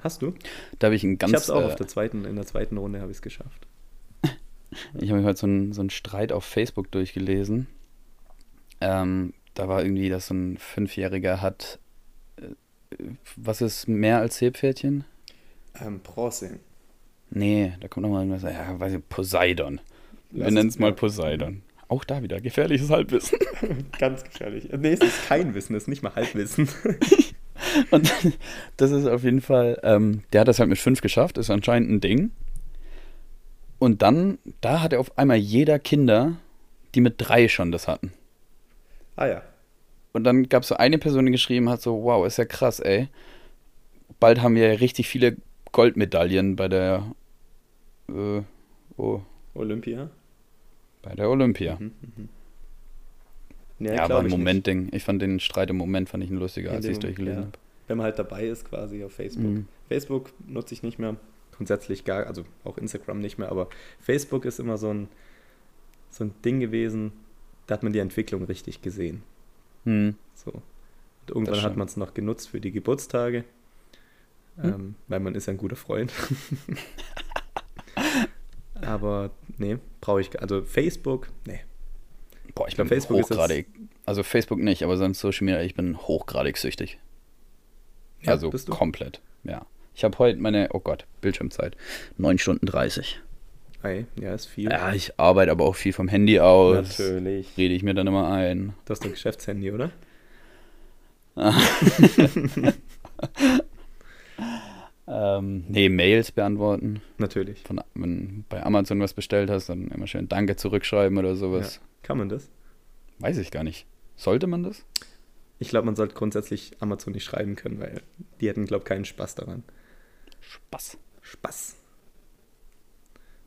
Hast du? Da habe ich einen ganz. ich habe es auch auf äh, der zweiten, in der zweiten Runde habe ich es geschafft. Ich habe mir heute so einen, so einen Streit auf Facebook durchgelesen. Ähm, da war irgendwie, dass so ein Fünfjähriger hat. äh, Was ist mehr als Seepferdchen? Ähm, Bronze. Nee, da kommt nochmal irgendwas. Ja, weiß ich, Poseidon. Wir Lass nennen es- es mal Poseidon. Auch da wieder gefährliches Halbwissen. Ganz gefährlich. Nee, es ist kein Wissen, es ist nicht mal Halbwissen. Und das ist auf jeden Fall, ähm, der hat das halt mit fünf geschafft, ist anscheinend ein Ding. Und dann, da hatte auf einmal jeder Kinder, die mit drei schon das hatten. ah ja. Und dann gab es so eine Person, die geschrieben hat, so, wow, ist ja krass, ey. Bald haben wir richtig viele Goldmedaillen bei der, äh, oh, Olympia. bei der Olympia. Nee, Ja, Mhm. glaub war ein ich nicht. Momentding. Ich fand den Streit im Moment, fand ich ihn lustiger, In als ich es dem- durchgelesen ja. Wenn man halt dabei ist quasi auf Facebook. Mhm. Facebook nutze ich nicht mehr. Grundsätzlich gar, also auch Instagram nicht mehr, aber Facebook ist immer so ein, so ein Ding gewesen, da hat man die Entwicklung richtig gesehen. habe. Hm. So. Und irgendwann hat stimmt. Hm? man es noch genutzt für die Geburtstage, ähm, weil man ist ja ein guter Freund. aber nee, brauche ich, gar- also Facebook, nee. Boah, ich Bei bin Facebook ist das- hochgradig. Also Facebook nicht, aber sonst Social Media, ich bin hochgradig süchtig. Ja, also bist du? komplett, ja. Ich habe heute meine, oh Gott, Bildschirmzeit, 9 Stunden 30. Ei, ja, ist viel. Ja, ich arbeite aber auch viel vom Handy aus. Natürlich. Rede ich mir dann immer ein. Du hast ein Geschäftshandy, oder? Ähm, nee, Mails beantworten. Natürlich. Von, wenn bei Amazon was bestellt hast, dann immer schön Danke zurückschreiben oder sowas. Ja. Kann man das? Weiß ich gar nicht. Sollte man das? Ich glaube, man sollte grundsätzlich Amazon nicht schreiben können, weil die hätten, glaube ich, keinen Spaß daran. Spaß. Spaß.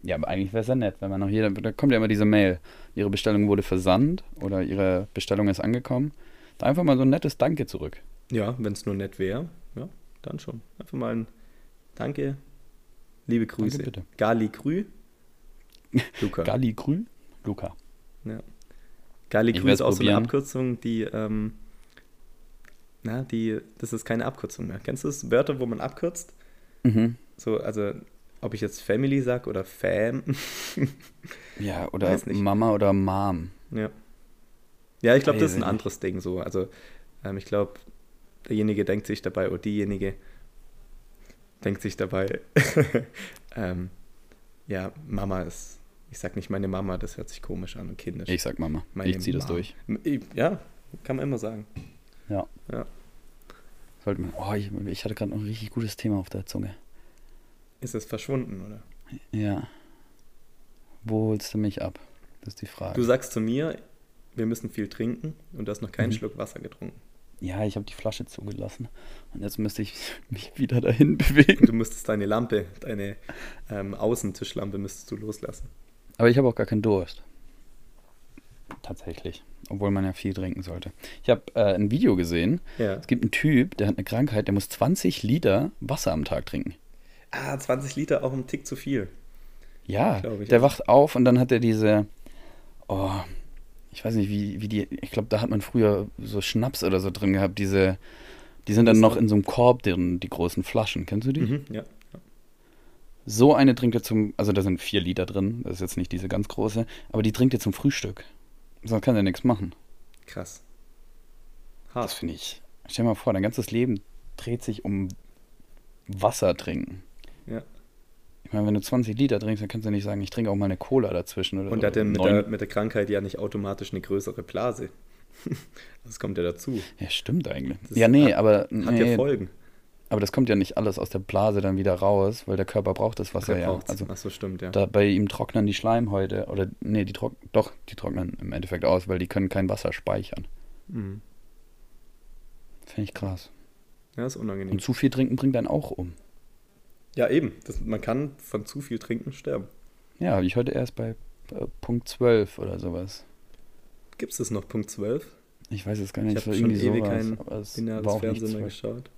Ja, aber eigentlich wäre es ja nett, wenn man noch jeder. Da kommt ja immer diese Mail. Ihre Bestellung wurde versandt oder Ihre Bestellung ist angekommen. Da einfach mal so ein nettes Danke zurück. Ja, wenn es nur nett wäre, ja, dann schon. Einfach mal ein Danke, liebe Grüße. bitte. Gali Grü. Luca. Galli Grü, Luca. ja. Gali Ich Grü ist werd's auch so eine probieren. Abkürzung, die, ähm, na, die, das ist keine Abkürzung mehr. Kennst du das? Wörter, wo man abkürzt? Mhm. So, also, ob ich jetzt Family sag oder Fam. Ja, oder Weiß nicht. Mama oder Mom. Ja. Ja, ich glaube, das ist ein Weiß ich nicht. anderes Ding so. Also, ähm, ich glaube, derjenige denkt sich dabei, oder diejenige denkt sich dabei, ähm, ja, Mama ist, ich sag nicht meine Mama, das hört sich komisch an und kindisch. Ich sag Mama. meine ich zieh das Mom. durch. Ich- Ja, kann man immer sagen. Ja. Ja. Sollte man. Oh, ich, ich hatte gerade noch ein richtig gutes Thema auf der Zunge. Ist es verschwunden, oder? Ja. Wo holst du mich ab? Das ist die Frage. Du sagst zu mir, wir müssen viel trinken und du hast noch keinen Schluck Wasser getrunken. ja, ich habe die Flasche zugelassen. Und jetzt müsste ich mich wieder dahin bewegen. Du müsstest deine Lampe, deine ähm, Außentischlampe müsstest du loslassen. Aber ich habe auch gar keinen Durst. Tatsächlich. Obwohl man ja viel trinken sollte. Ich habe äh, ein Video gesehen. Ja. Es gibt einen Typ, der hat eine Krankheit, der muss 20 Liter Wasser am Tag trinken. Ah, 20 Liter auch ein Tick zu viel. Ja, Glaub ich der auch. wacht auf und dann hat er diese. Oh, ich weiß nicht, wie, wie die. Ich glaube, da hat man früher so Schnaps oder so drin gehabt. Diese. Die sind dann noch in so einem Korb drin, die großen Flaschen. Kennst du die? Mhm, ja. So eine trinkt er zum, also da sind vier Liter drin, das ist jetzt nicht diese ganz große, aber die trinkt er zum Frühstück. Sonst kann er nichts machen. Krass. Ah, Hart. Das finde ich. Stell dir mal vor, dein ganzes Leben dreht sich um Wasser trinken. Ja. Ich meine, wenn du 20 Liter trinkst, dann kannst du nicht sagen, ich trinke auch mal eine Cola dazwischen oder Und so. hat er mit Neun- der, mit der Krankheit ja nicht automatisch eine größere Blase. Das kommt ja dazu. Ja, stimmt eigentlich. Das Ja, nee, hat- aber Hat ja nee, Folgen. aber das kommt ja nicht alles aus der Blase dann wieder raus, weil der Körper braucht das Wasser ja. Verbraucht's. Also Ach so, stimmt, ja. da bei ihm trocknen die Schleimhäute oder nee, die trock doch, die trocknen im Endeffekt aus, weil die können kein Wasser speichern. Mhm. Finde ich krass. Ja, ist unangenehm. Und zu viel trinken bringt dann auch um. Ja, eben. Das, man kann von zu viel Trinken sterben. Ja, habe ich heute erst bei äh, Punkt 12 oder sowas. Gibt es das noch, Punkt 12? Ich weiß jetzt gar Ich nicht, hab war schon irgendwie ewig sowas, kein aber es war Lineares auch nicht Fernsehen mehr 12. geschaut.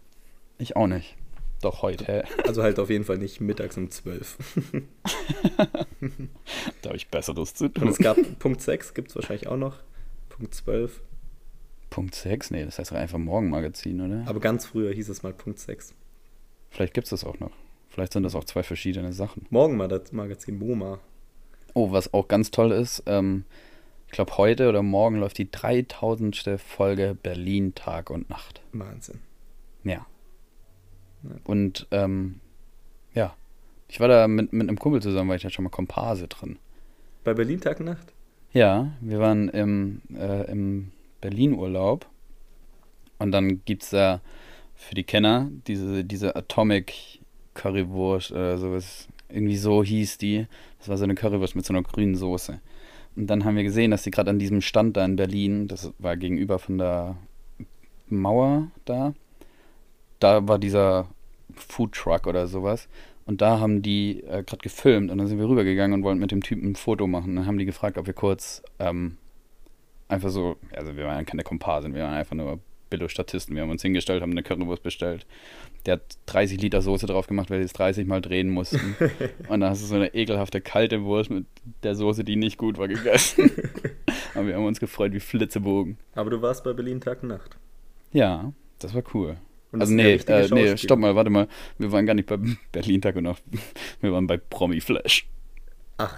Ich auch nicht. Doch heute, hä? Also halt auf jeden Fall nicht mittags um 12. da habe ich Besseres zu Und tun. es gab Punkt 6, gibt es wahrscheinlich auch noch. Punkt 12. Punkt 6? Nee, das heißt doch einfach Morgenmagazin, oder? Aber ganz früher hieß es mal Punkt 6. Vielleicht gibt es das auch noch. Vielleicht sind das auch zwei verschiedene Sachen. Morgen mal das Magazin MoMA. Oh, was auch ganz toll ist, ähm, ich glaube, heute oder morgen läuft die 3000. Folge Berlin Tag und Nacht. Wahnsinn. Ja. Ja. Und ähm, ja, ich war da mit, mit einem Kumpel zusammen, weil ich da schon mal Komparse drin. Bei Berlin Tag und Nacht? Ja, wir waren im, äh, im Berlin-Urlaub und dann gibt es da für die Kenner diese, diese Atomic Currywurst oder sowas. Irgendwie so hieß die. Das war so eine Currywurst mit so einer grünen Soße. Und dann haben wir gesehen, dass die gerade an diesem Stand da in Berlin, das war gegenüber von der Mauer da, da war dieser Food Truck oder sowas. Und da haben die äh, gerade gefilmt und dann sind wir rübergegangen und wollten mit dem Typen ein Foto machen. Dann haben die gefragt, ob wir kurz ähm, einfach so, also wir waren keine Komparsen, wir waren einfach nur Billo-Statisten. Wir haben uns hingestellt, haben eine Currywurst bestellt. Der hat 30 Liter Soße drauf gemacht, weil wir es 30 Mal drehen mussten. und dann hast du so eine ekelhafte kalte Wurst mit der Soße, die nicht gut war, gegessen. Aber wir haben uns gefreut wie Flitzebogen. Aber du warst bei Berlin Tag und Nacht. Ja, das war cool. Und das also sind ja nee, richtige äh, nee, Schauspieler. stopp mal, warte mal. Wir waren gar nicht bei Berlin Tag und Nacht. Wir waren bei Promi Flash. Ach,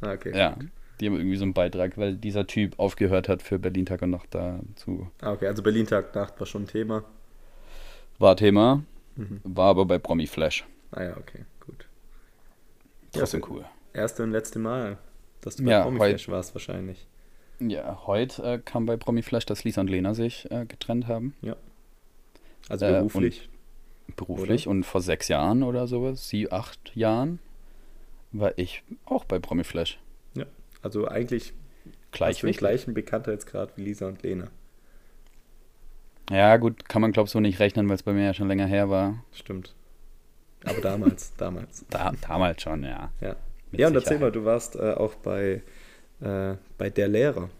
ah, okay. Ja, die haben irgendwie so einen Beitrag, weil dieser Typ aufgehört hat für Berlin Tag und Nacht dazu. Ah, okay, also Berlin Tag und Nacht war schon ein Thema. War Thema, Mhm. war aber bei Promi Flash. Ah ja, okay, gut. Ja, Trotzdem für- cool. Erste und letzte Mal, dass du bei Ja, Promiflash warst wahrscheinlich. Ja, heute äh, kam bei Promi Flash, dass Lisa und Lena sich äh, getrennt haben, Also Äh, beruflich. beruflich. Und vor sechs Jahren oder sowas, sie acht Jahren, war ich auch bei Promi Flash. also eigentlich Gleich hast du den wichtig. gleichen Bekanntheitsgrad wie Lisa und Lena. Ja, gut, kann man glaube ich so nicht rechnen, weil es bei mir ja schon länger her war. Stimmt. Aber damals, damals. Da, damals schon, ja. Ja. Mit ja, und erzähl mal, Sicherheit. du warst äh, auch bei, äh, bei der Lehrer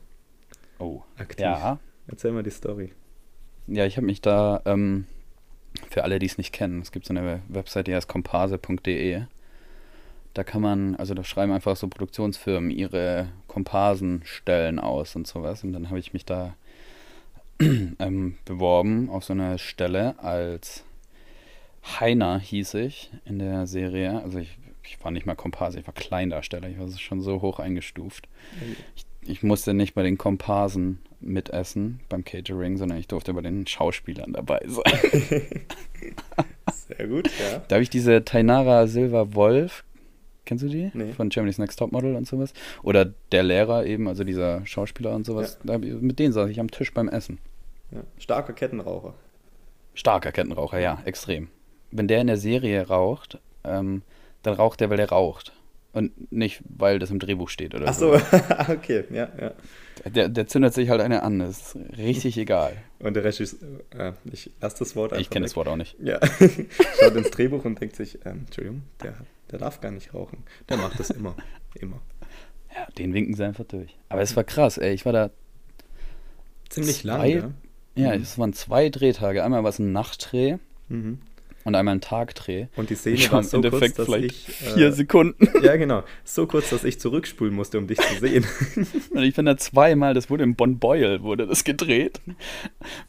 Oh, aktiv. ja. Erzähl mal die Story. Ja, ich habe mich da, ähm, für alle, die es nicht kennen, es gibt so eine Website, die heißt komparse.de. Da kann man, also da schreiben einfach so Produktionsfirmen ihre Komparsenstellen aus und sowas. Und dann habe ich mich da ähm, beworben auf so eine Stelle als Heiner hieß ich in der Serie. Also ich, ich war nicht mal Komparse, ich war Kleindarsteller, ich war schon so hoch eingestuft. Ich, ich musste nicht bei den Komparsen mitessen beim Catering, sondern ich durfte bei den Schauspielern dabei sein. Sehr gut, ja. Da habe ich diese Tainara Silva Wolf, kennst du die? Nee. Von Germany's Next Topmodel und sowas. Oder der Lehrer eben, also dieser Schauspieler und sowas. Da hab ich, mit denen saß ich am Tisch beim Essen. ja. Starker Kettenraucher. Starker Kettenraucher, ja, extrem. Wenn der in der Serie raucht, ähm, dann raucht der, weil der raucht. Und nicht, weil das im Drehbuch steht oder Ach so. so, okay, ja, ja. Der, der zündet sich halt eine an, das ist richtig egal. Und der Regisseur, äh, ich lasse das Wort einfach Ich kenne weg. das Wort auch nicht. Ja, schaut ins Drehbuch und denkt sich, ähm, Entschuldigung, der, der darf gar nicht rauchen. Der macht das immer, immer. Ja, den winken sie einfach durch. Aber es war krass, ey. Ich war da Ziemlich lang, Zwei- ja. Ja, es waren zwei Drehtage. Einmal war es ein Nachtdreh Mhm. und einmal ein Tagdreh. Und die Szene Ich war hab so kurz, dass ich... äh, vier Sekunden. ja, genau. So kurz, dass ich zurückspulen musste, um dich zu sehen. Und ich bin da zweimal, das wurde in Bonn Beuel, wurde das gedreht.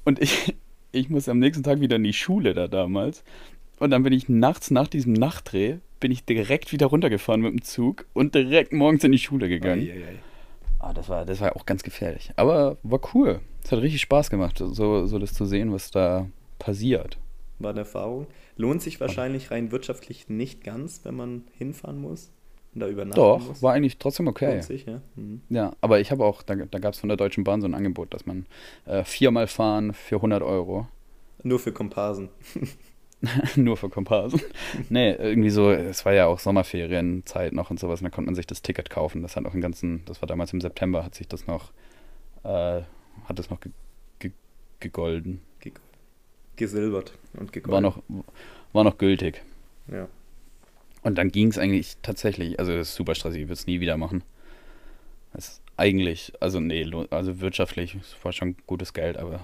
Und ich, ich musste am nächsten Tag wieder in die Schule da damals. Und dann bin ich nachts nach diesem Nachtdreh, bin ich direkt wieder runtergefahren mit dem Zug und direkt morgens in die Schule gegangen. Ah, das war, das war auch ganz gefährlich. Aber war cool. Es hat richtig Spaß gemacht, so, so das zu sehen, was da passiert. War eine Erfahrung. Lohnt sich wahrscheinlich rein wirtschaftlich nicht ganz, wenn man hinfahren muss und da übernachten muss. Doch, war eigentlich trotzdem okay. Ah, Lohnt sich, ja. Mhm. Ja, aber ich habe auch, da, da gab es von der Deutschen Bahn so ein Angebot, dass man äh, viermal fahren für 100 Euro. Nur für Komparsen. Nur für Komparsen. nee, irgendwie so, es war ja auch Sommerferienzeit noch und sowas, und da konnte man sich das Ticket kaufen. Das hat auch einen ganzen, das war damals im September, hat sich das noch, äh, hat das noch ge ge gegolden. Ge gesilbert und gegolten. War noch, war noch gültig. Ja. Und dann ging es eigentlich tatsächlich, also das ist super stressig, ich würde es nie wieder machen. Das ist eigentlich, also nee, lo- also wirtschaftlich es war schon gutes Geld, aber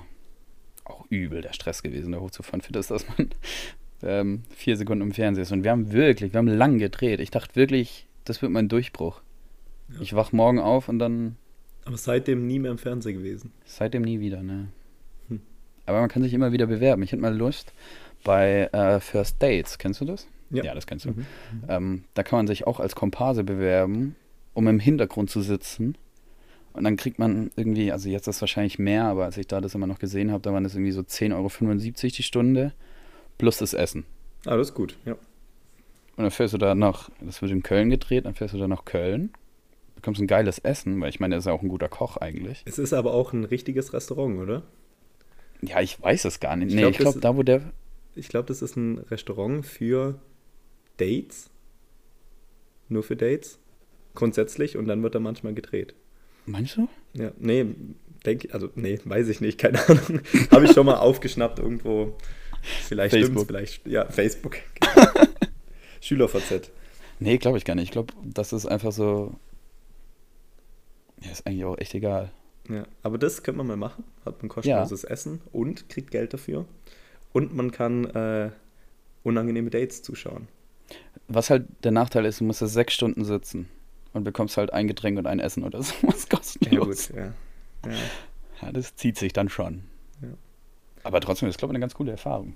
auch übel der Stress gewesen, da hochzufahren für das, dass man ähm, vier Sekunden im Fernsehen ist. Und wir haben wirklich, wir haben lang gedreht. Ich dachte wirklich, das wird mein Durchbruch. Ich wach morgen auf und dann Aber seitdem nie mehr im Fernsehen gewesen. seitdem nie wieder, ne? Hm. Aber man kann sich immer wieder bewerben. Ich hätte mal Lust, bei äh, First Dates. Kennst du das? Ja. Mhm. das kennst du. Ähm, da kann man sich auch als Komparse bewerben, um im Hintergrund zu sitzen. Und dann kriegt man irgendwie, also jetzt ist wahrscheinlich mehr, aber als ich da das immer noch gesehen habe, da waren das irgendwie so 10,75 Euro die Stunde plus das Essen. Ah, das ist gut, ja. Und dann fährst du da nach, das wird in Köln gedreht, dann fährst du da nach Köln, bekommst ein geiles Essen, weil ich meine, er ist ja auch ein guter Koch eigentlich. Es ist aber auch ein richtiges Restaurant, oder? Ja, ich weiß es gar nicht. Ich nee, glaub, ich glaube, das- da wo der, Ich glaube, das ist ein Restaurant für Dates. Nur für Dates. Grundsätzlich. Und dann wird da manchmal gedreht. meinst du? Ja, nee, denke also nee, weiß ich nicht, keine Ahnung. Habe ich schon mal aufgeschnappt irgendwo. Vielleicht stimmt's, Facebook. vielleicht. Ja, Facebook. genau. SchülerVZ. Nee, glaube ich gar nicht. Ich glaube, das ist einfach so. Ja, ist eigentlich auch echt egal. Ja, aber das könnte man mal machen. Hat man kostenloses Essen und kriegt Geld dafür. Und man kann äh, unangenehme Dates zuschauen. Was halt der Nachteil ist, du musst da sechs Stunden sitzen und bekommst halt ein Getränk und ein Essen oder so. Was Ja, kostenlos. gut, ja. ja. Ja, das zieht sich dann schon. Ja. Aber trotzdem ist, glaube ich, eine ganz coole Erfahrung.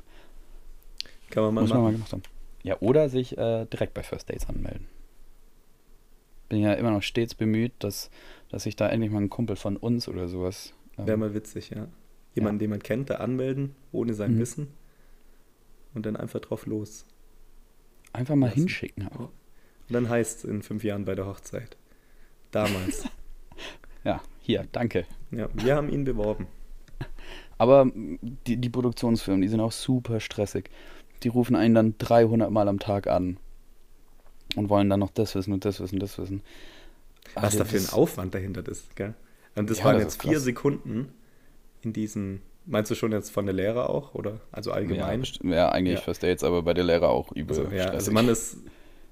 Kann man mal Muss man machen. mal gemacht haben. Ja, oder sich äh, direkt bei First Dates anmelden. Bin ja immer noch stets bemüht, dass, dass ich da endlich mal einen Kumpel von uns oder sowas. ähm, Wäre mal witzig, ja. Jemanden, den man kennt, da anmelden, ohne sein Mhm. Wissen. Und dann einfach drauf los. einfach mal lassen. hinschicken. Auch. Und dann heißt es in fünf Jahren bei der Hochzeit. Damals. Ja, hier, danke. ja, wir haben ihn beworben. Aber mm, die, die Produktionsfirmen, die sind auch super stressig. Die rufen einen dann 300 Mal am Tag an und wollen dann noch das wissen und das wissen, das wissen. Was Also da für ein das- Aufwand dahinter ist, gell? Und das Ja, waren das ist jetzt vier krass. Sekunden in diesem. Meinst du schon jetzt von der Lehre auch? Oder? Also Ja, allgemein? besti- ja, eigentlich Ja. First Dates, aber bei der Lehrer auch übel. also, ja, stressig. also man ist.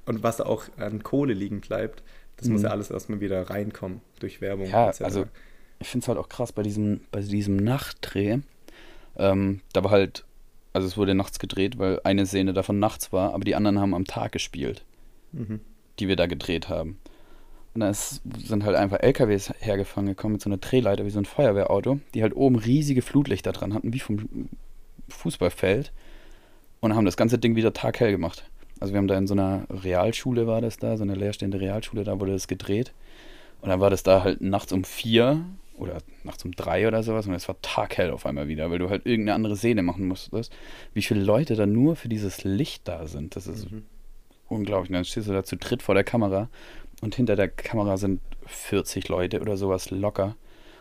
Und was da auch an Kohle liegen bleibt, das muss Mhm. ja alles erstmal wieder reinkommen durch Werbung. Ja, etc.. also ich finde es halt auch krass bei diesem, bei diesem Nachtdreh. Ähm, da war halt, also es wurde nachts gedreht, weil eine Szene davon nachts war, aber die anderen haben am Tag gespielt, Mhm. die wir da gedreht haben. Und da ist- sind halt einfach LKWs hergefahren gekommen mit so einer Drehleiter wie so ein Feuerwehrauto, die halt oben riesige Flutlichter dran hatten, wie vom Fußballfeld. Und haben das ganze Ding wieder taghell gemacht. Also wir haben da in so einer Realschule war das da, so eine leerstehende Realschule, da wurde das gedreht. Und dann war das da halt nachts um vier oder nachts um drei oder sowas und es war taghell auf einmal wieder, weil du halt irgendeine andere Szene machen musstest. Wie viele Leute da nur für dieses Licht da sind, das ist unglaublich. Und dann stehst du da zu dritt vor der Kamera und hinter der Kamera sind 40 Leute oder sowas locker.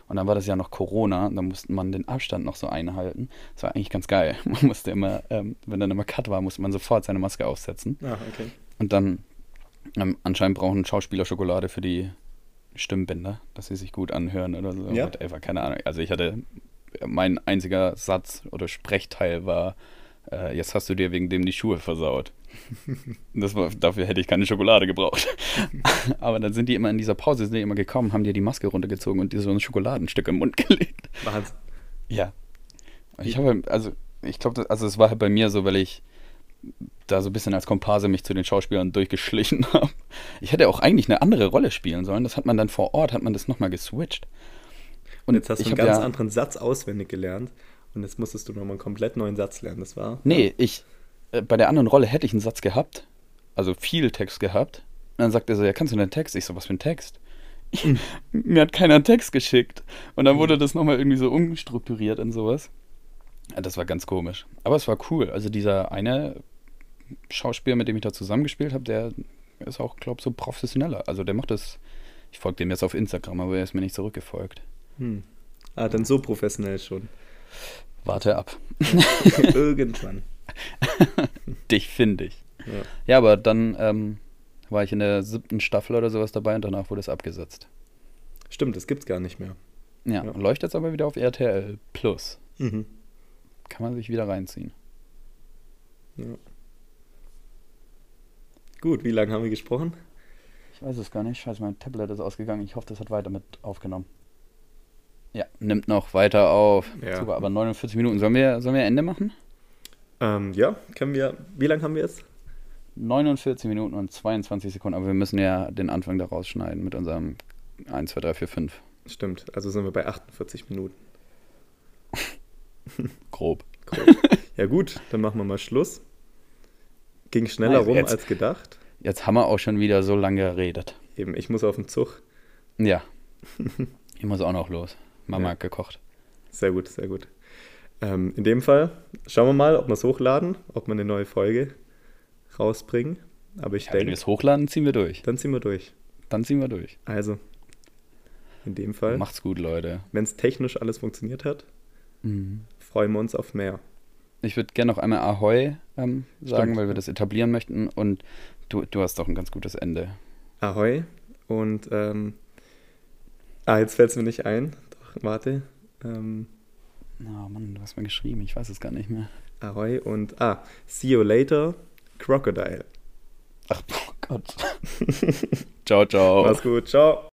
Und dann war das ja noch Corona, und dann musste man den Abstand noch so einhalten. Das war eigentlich ganz geil. Man musste immer, ähm, wenn dann immer Cut war, musste man sofort seine Maske aufsetzen. Ah, okay. Und dann, ähm, anscheinend brauchen Schauspieler Schokolade für die Stimmbänder, dass sie sich gut anhören oder so. Ja. Whatever, keine Ahnung. Also ich hatte, mein einziger Satz oder Sprechteil war, äh, jetzt hast du dir wegen dem die Schuhe versaut. das war, dafür hätte ich keine Schokolade gebraucht. Aber dann sind die immer in dieser Pause, sind die immer gekommen, haben dir die Maske runtergezogen und dir so ein Schokoladenstück im Mund gelegt. Wahnsinn. Ja. Ich habe, also, ich glaube, also es war halt bei mir so, weil ich da so ein bisschen als Komparse mich zu den Schauspielern durchgeschlichen habe. Ich hätte auch eigentlich eine andere Rolle spielen sollen. Das hat man dann vor Ort, hat man das nochmal geswitcht. Und jetzt hast du ich einen hab ganz ja- anderen Satz auswendig gelernt. Und jetzt musstest du nochmal einen komplett neuen Satz lernen. Das war. Nee, ich, äh, bei der anderen Rolle hätte ich einen Satz gehabt, also viel Text gehabt. Und dann sagt er so, ja, kannst du den Text? Ich so, was für ein Text? Hm. Mir hat keiner einen Text geschickt. Und dann wurde das nochmal irgendwie so umstrukturiert und sowas. Ja, das war ganz komisch. Aber es war cool. Also dieser eine Schauspieler, mit dem ich da zusammengespielt habe, der ist auch, glaube ich, so professioneller. Also der macht das, ich folge dem jetzt auf Instagram, aber er ist mir nicht zurückgefolgt. Hm. Ah, dann so professionell schon. Warte ab. Irgendwann. Dich finde ich. Ja. Ja, aber dann ähm, war ich in der siebten Staffel oder sowas dabei und danach wurde es abgesetzt. Stimmt, das gibt's gar nicht mehr. Ja, Ja. läuft jetzt aber wieder auf RTL Plus. Mhm. Kann man sich wieder reinziehen. Ja. Gut, wie lange haben wir gesprochen? Ich weiß es gar nicht. Scheiße, mein Tablet ist ausgegangen. Ich hoffe, das hat weiter mit aufgenommen. Ja, nimmt noch weiter auf. Ja. Super, aber 49 Minuten. Sollen wir, sollen wir Ende machen? Ähm, ja, können wir. Wie lange haben wir jetzt? 49 Minuten und 22 Sekunden, aber wir müssen ja den Anfang da rausschneiden mit unserem 1, 2, 3, 4, 5. Stimmt, also sind wir bei 48 Minuten. Grob. Cool. ja gut, dann machen wir mal Schluss. Ging schneller Also rum jetzt- als gedacht. Jetzt haben wir auch schon wieder so lange geredet. Eben, ich muss auf den Zug. Ja. Ich muss auch noch los. Mama Ja. hat gekocht. Sehr gut, sehr gut. Ähm, in dem Fall schauen wir mal, ob wir es hochladen, ob wir eine neue Folge rausbringen. Aber ich Ja, wenn wir denke, es hochladen, ziehen wir durch. dann ziehen wir durch. Dann ziehen wir durch. Also, in dem Fall, Macht's gut, Leute. wenn es technisch alles funktioniert hat, Mhm. freuen wir uns auf mehr. Ich würde gerne noch einmal Ahoi ähm, sagen, weil wir das etablieren möchten. Und du, du hast doch ein ganz gutes Ende. Ahoi und ähm, ah, jetzt fällt es mir nicht ein. Doch, warte. Ähm, Na Mann, du hast mir geschrieben. Ich weiß es gar nicht mehr. Ahoi und ah, see you later, Crocodile. Ach, oh Gott. ciao, ciao. Mach's gut, ciao.